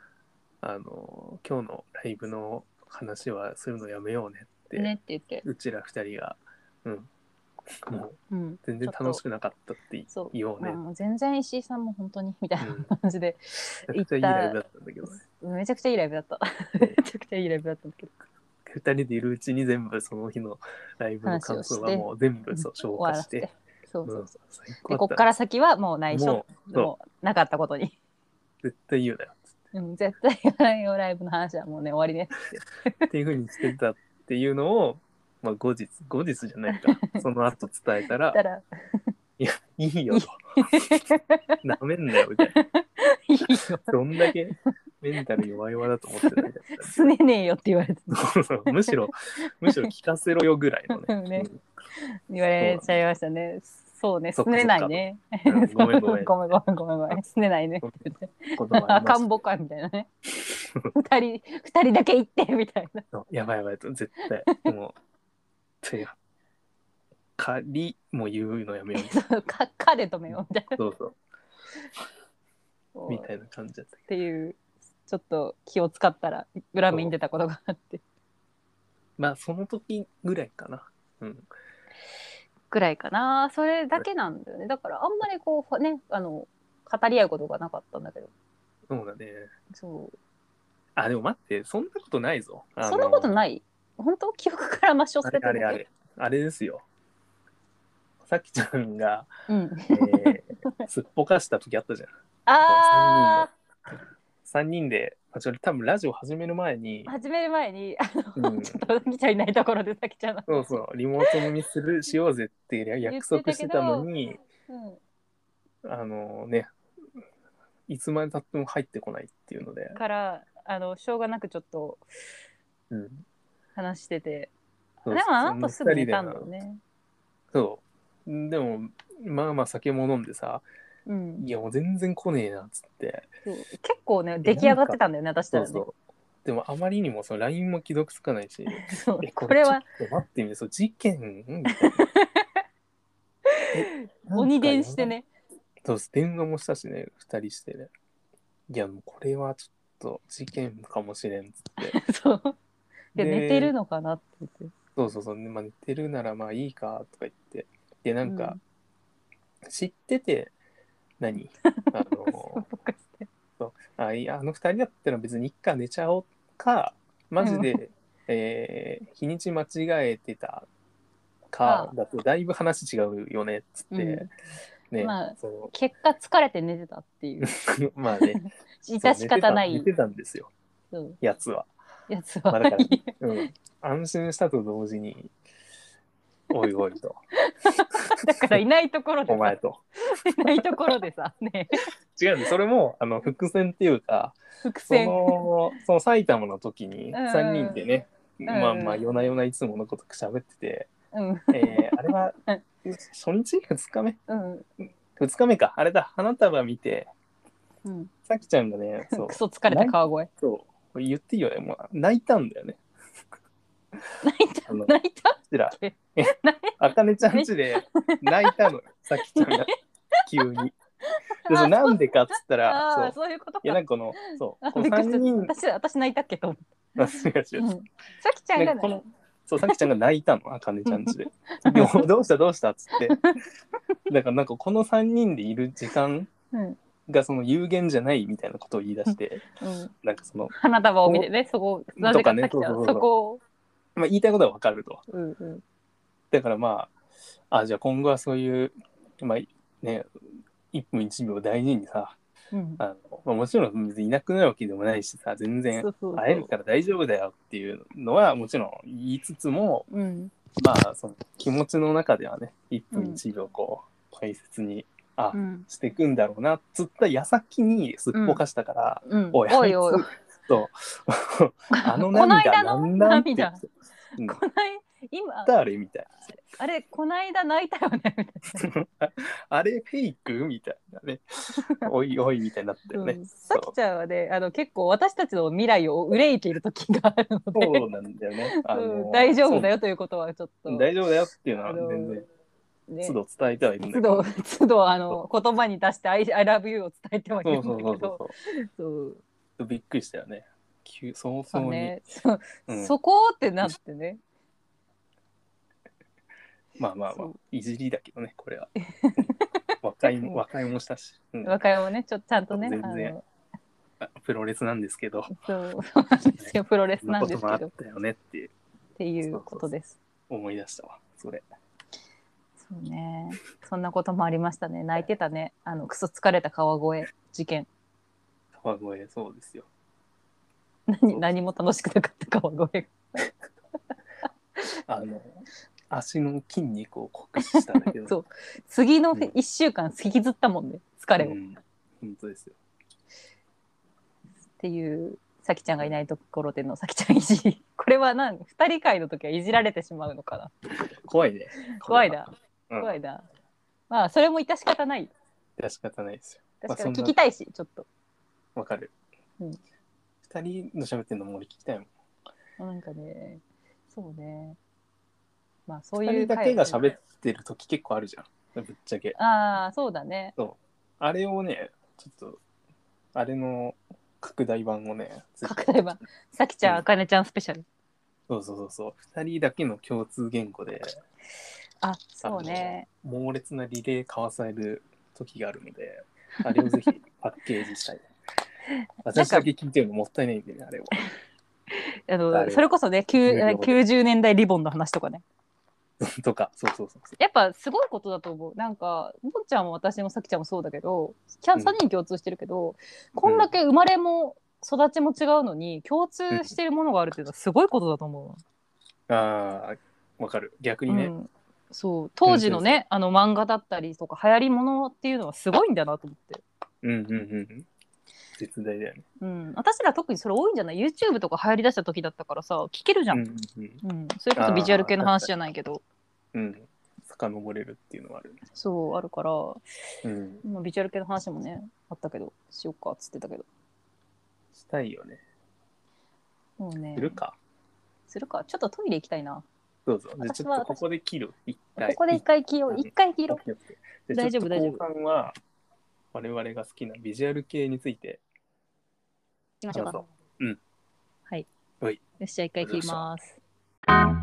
あの、今日のライブの話はするのやめようねって、ねって言って、うちら2人が、うん。もううん、全然楽しくなかったってそう言おうまねあ。もう全然石井さんも本当にみたいうんな感じで、めちゃくちゃいいライブだったんだけどね。めちゃくちゃいいライブだった めちゃくちゃいいライブだったんだけど2人でいるうちに全部その日のライブの感想は話をしてもう全部そう消化し終わてら。そううそんうそう。最で、こ高だっっかた。ら先はもう内緒も。うそうもうなかったことに。 絶対言うなようん、絶対言わないよ、ライブの話はもうね、終わりね。っていうふうにしてたっていうのを、まあ、後日後日じゃな いかその後伝えたらだか ら、 「いいよ」と「なめんなよ」みたいないいよ、どんだけメンタル弱々だと思ってたみたいなすねねえよって言われて、むしろむしろ聞かせろよぐらいのねねうん言われちゃいましたね。そうね、そすっかねないね。うんごめんごめんごめんごめんごめんご めん。すねないねって言って。言葉ありま赤すん坊かみたいなね。二人、二人だけ行ってみたいな。そうやばいやばいと絶対もうとにかく仮も言うのやめようそうか、かで止めようみたいそう そうな。みたいな感じだったけっていう、ちょっと気を使ったら、裏目に出たことがあって。どまあその時ぐらいかなうんぐらいかなそれだけなんだよねだからあんまりこうねあの語り合うことがなかったんだけどそうだねそうあでも待ってそんなことないぞそんなこといない本当記憶から抹消さあれれてあるれあれあれですよさきちゃんが、うんえ ーすっぽかした時あったじゃんあ3人であちょ多分ラジオ始める前にあ、始める前にあの、うんちょっとさきちゃんいないところでさきちゃんのそうそうリモート飲みするしようぜって約束してたのにうんあのね、いつまでたっても入ってこないっていうので、からあのしょうがなくちょっとうん、話しててそでうもあの後すぐ寝そたんだの二人よでねそう。でも、まあまあ酒も飲んでさ、うんいやもう全然来ねえなっつって。そう結構ね出来上がってたんだよね私たそらねうそう。でもあまりにもその LINE も既読つかないし、そうえこれは。ちょっと待ってみて、そう事件 みたいなえなんか鬼伝してね そうです電話もしたしね2人してねいやもうこれはちょっと事件かもしれんっ つってそうでで寝てるのかなって言ってそうそうそう、ねまあ、寝てるならまあいいかとか言ってでなんか、知ってて何あのあいやあの2人だったら別に一家寝ちゃおうかマジで、えー日にち間違えてたかあだとだいぶ話違うよねっつって、うね、まあその 結果疲れて寝てたっていうまあね 致し方なそうい寝てた寝てたんですよそうやつは、やつまあはだからうん、安心したと同時においおいと だからいないところで お前さといないところでさね違うんですそれもあの伏線っていうか伏そ線のその埼玉の時うにん3人でね、んまあまあ夜な夜ないつものこと喋ってて、うんえーあれはうん初日2日目うん2日目かあれだ花束見てうんさきちゃんが ねそうクソ疲れた川越そう言っていいよねもう泣いたんだよね泣いたあの泣いたちらえあかねちゃん家で泣いたのよさきちゃ んが急に。でそれなんでかっつったらあそあうそういうこといやかなんかこのそうあこのびっくり3人した私私泣いたっけと思ってあ違う違ううんさきちゃんがなんかこのそう、さきちゃんが泣いたの、あかねちゃんちで。でもどうしたどうしたっつって。だからなんかこの3人でいる時間うんがその有限じゃないみたいなことを言い出して、うんなんかその、花束を見てねそこなぜかさきちゃとかねそうそうそんうそこをまあ言いたいことはわかると。うんうんだからまあ、あ、じゃあ今後はそういう、まあね、1分1秒大事にさ、うんあのまあ、もちろん別にいなくなるわけでもないしさ、全然そうそうそう会えるから大丈夫だよっていうのはもちろん言いつつも、うんまあその気持ちの中ではね一分一秒こう大切にあうんしていくんだろうなっつった矢先にすっぽかしたから、うんおいおいおい あいつと あのこない涙だなのんなんって言涙ってうんこない今たあれみたいあれこないだ泣いたよねみたいな あれフェイクみたい なねおいおいみたいになったよなね、うんさそきちゃんはねあの結構私たちの未来を憂いている時があるのうでそうなんだよね、あの うん大丈夫だよよということはちょっと大丈夫だよっていうのはあの全然ね都度伝えてはいるんだ都けど度 都度あの言葉に出して「I, I love you」を伝えてはいそるうんだそけうそうどそそううびっくりしたよね急早そう々に、ねそううんそこってなってねまあまあまあそう、いじりだけどね、これは。和解も、和解もしたし、うん和解もねちょちゃんとね全然あのあプロレスなんですけど、そう そうなんですよプロレそスんななんこでとすもあけどっったよねってていうことです。思い出したわ、それ。そうね。そんなこともありましたね。泣いてたね。あの、クソ疲れた川越事件。 川越、そうですよ。何、何も楽しくなかった川越あの、足の筋肉を酷使したんだけ ど、そう次のうん一週間引きずったもんね。疲れを。うっん本当ですよ。ていう、さきちゃんがいないところでのさきちゃんいじり。これは何二人会の時はいじられてしまうのかな。怖いね。怖いな。これは。怖い。いな。まあ、それも致し方ない。致し方ないですよ。まあ確かにそん聞なきたいし、ちょっと。わかる。うん二人の喋ってるのも俺聞きたいもん。なんかね、そうね。まあ、そう二いう人会だけが喋ってる時結構あるじゃん。ぶっちゃけ。ああ、そうだね。あれをね、ちょっと、あれの拡大版をね、ぜひ例えば、さきちゃん、あかねちゃんスペシャル。そうそうそうそう、二人だけの共通言語で、あ、そうね。猛烈なリレー交わされる時があるの で、あれをぜひパッケージしたい。私だけ聞いてるのもったいないんでね、あれを。 ああれの、それこそね、きゅう重要90年代リボンの話とかね。とか、そうそうそうそやっぱすごいことだと思う。なんか、のんちゃんも私もさきちゃんもそうだけど、3うん人共通してるけど、こんだけ生まれも育ちも違うのに、共通してるものがあるっていうのはすごいことだと思う。ああ、わかる。逆う。にうね、ん、そう、当時のね、あの漫画だったりとか、流行りものっていうのはすごいんだなと思って。うん、うんうんうん。絶大だよね。うん、私ら特にそれ多いんじゃない ?YouTube とか流行りだした時だったからさ、聞けるじゃ。うんんうんうん、それこそビジュアル系の話じゃないけど、うん。うん。遡れるっていうのはある。そう、あるから、うん。まあビジュアル系の話もね、あったけど、しようかっつってたけど。したいよね。もうねす、るか。するか。ちょっとトイレ行きたいな。どうぞ。じゃあち私ょっはとここで切る。一こ回。こで一回切ろうう。ん一回切ろう。大大丈丈夫夫大大丈丈夫。夫後半は我々が好きなビジュアル系について行きましょうどかう。ぞうん。はい。はいよし、じゃあ一回切ります。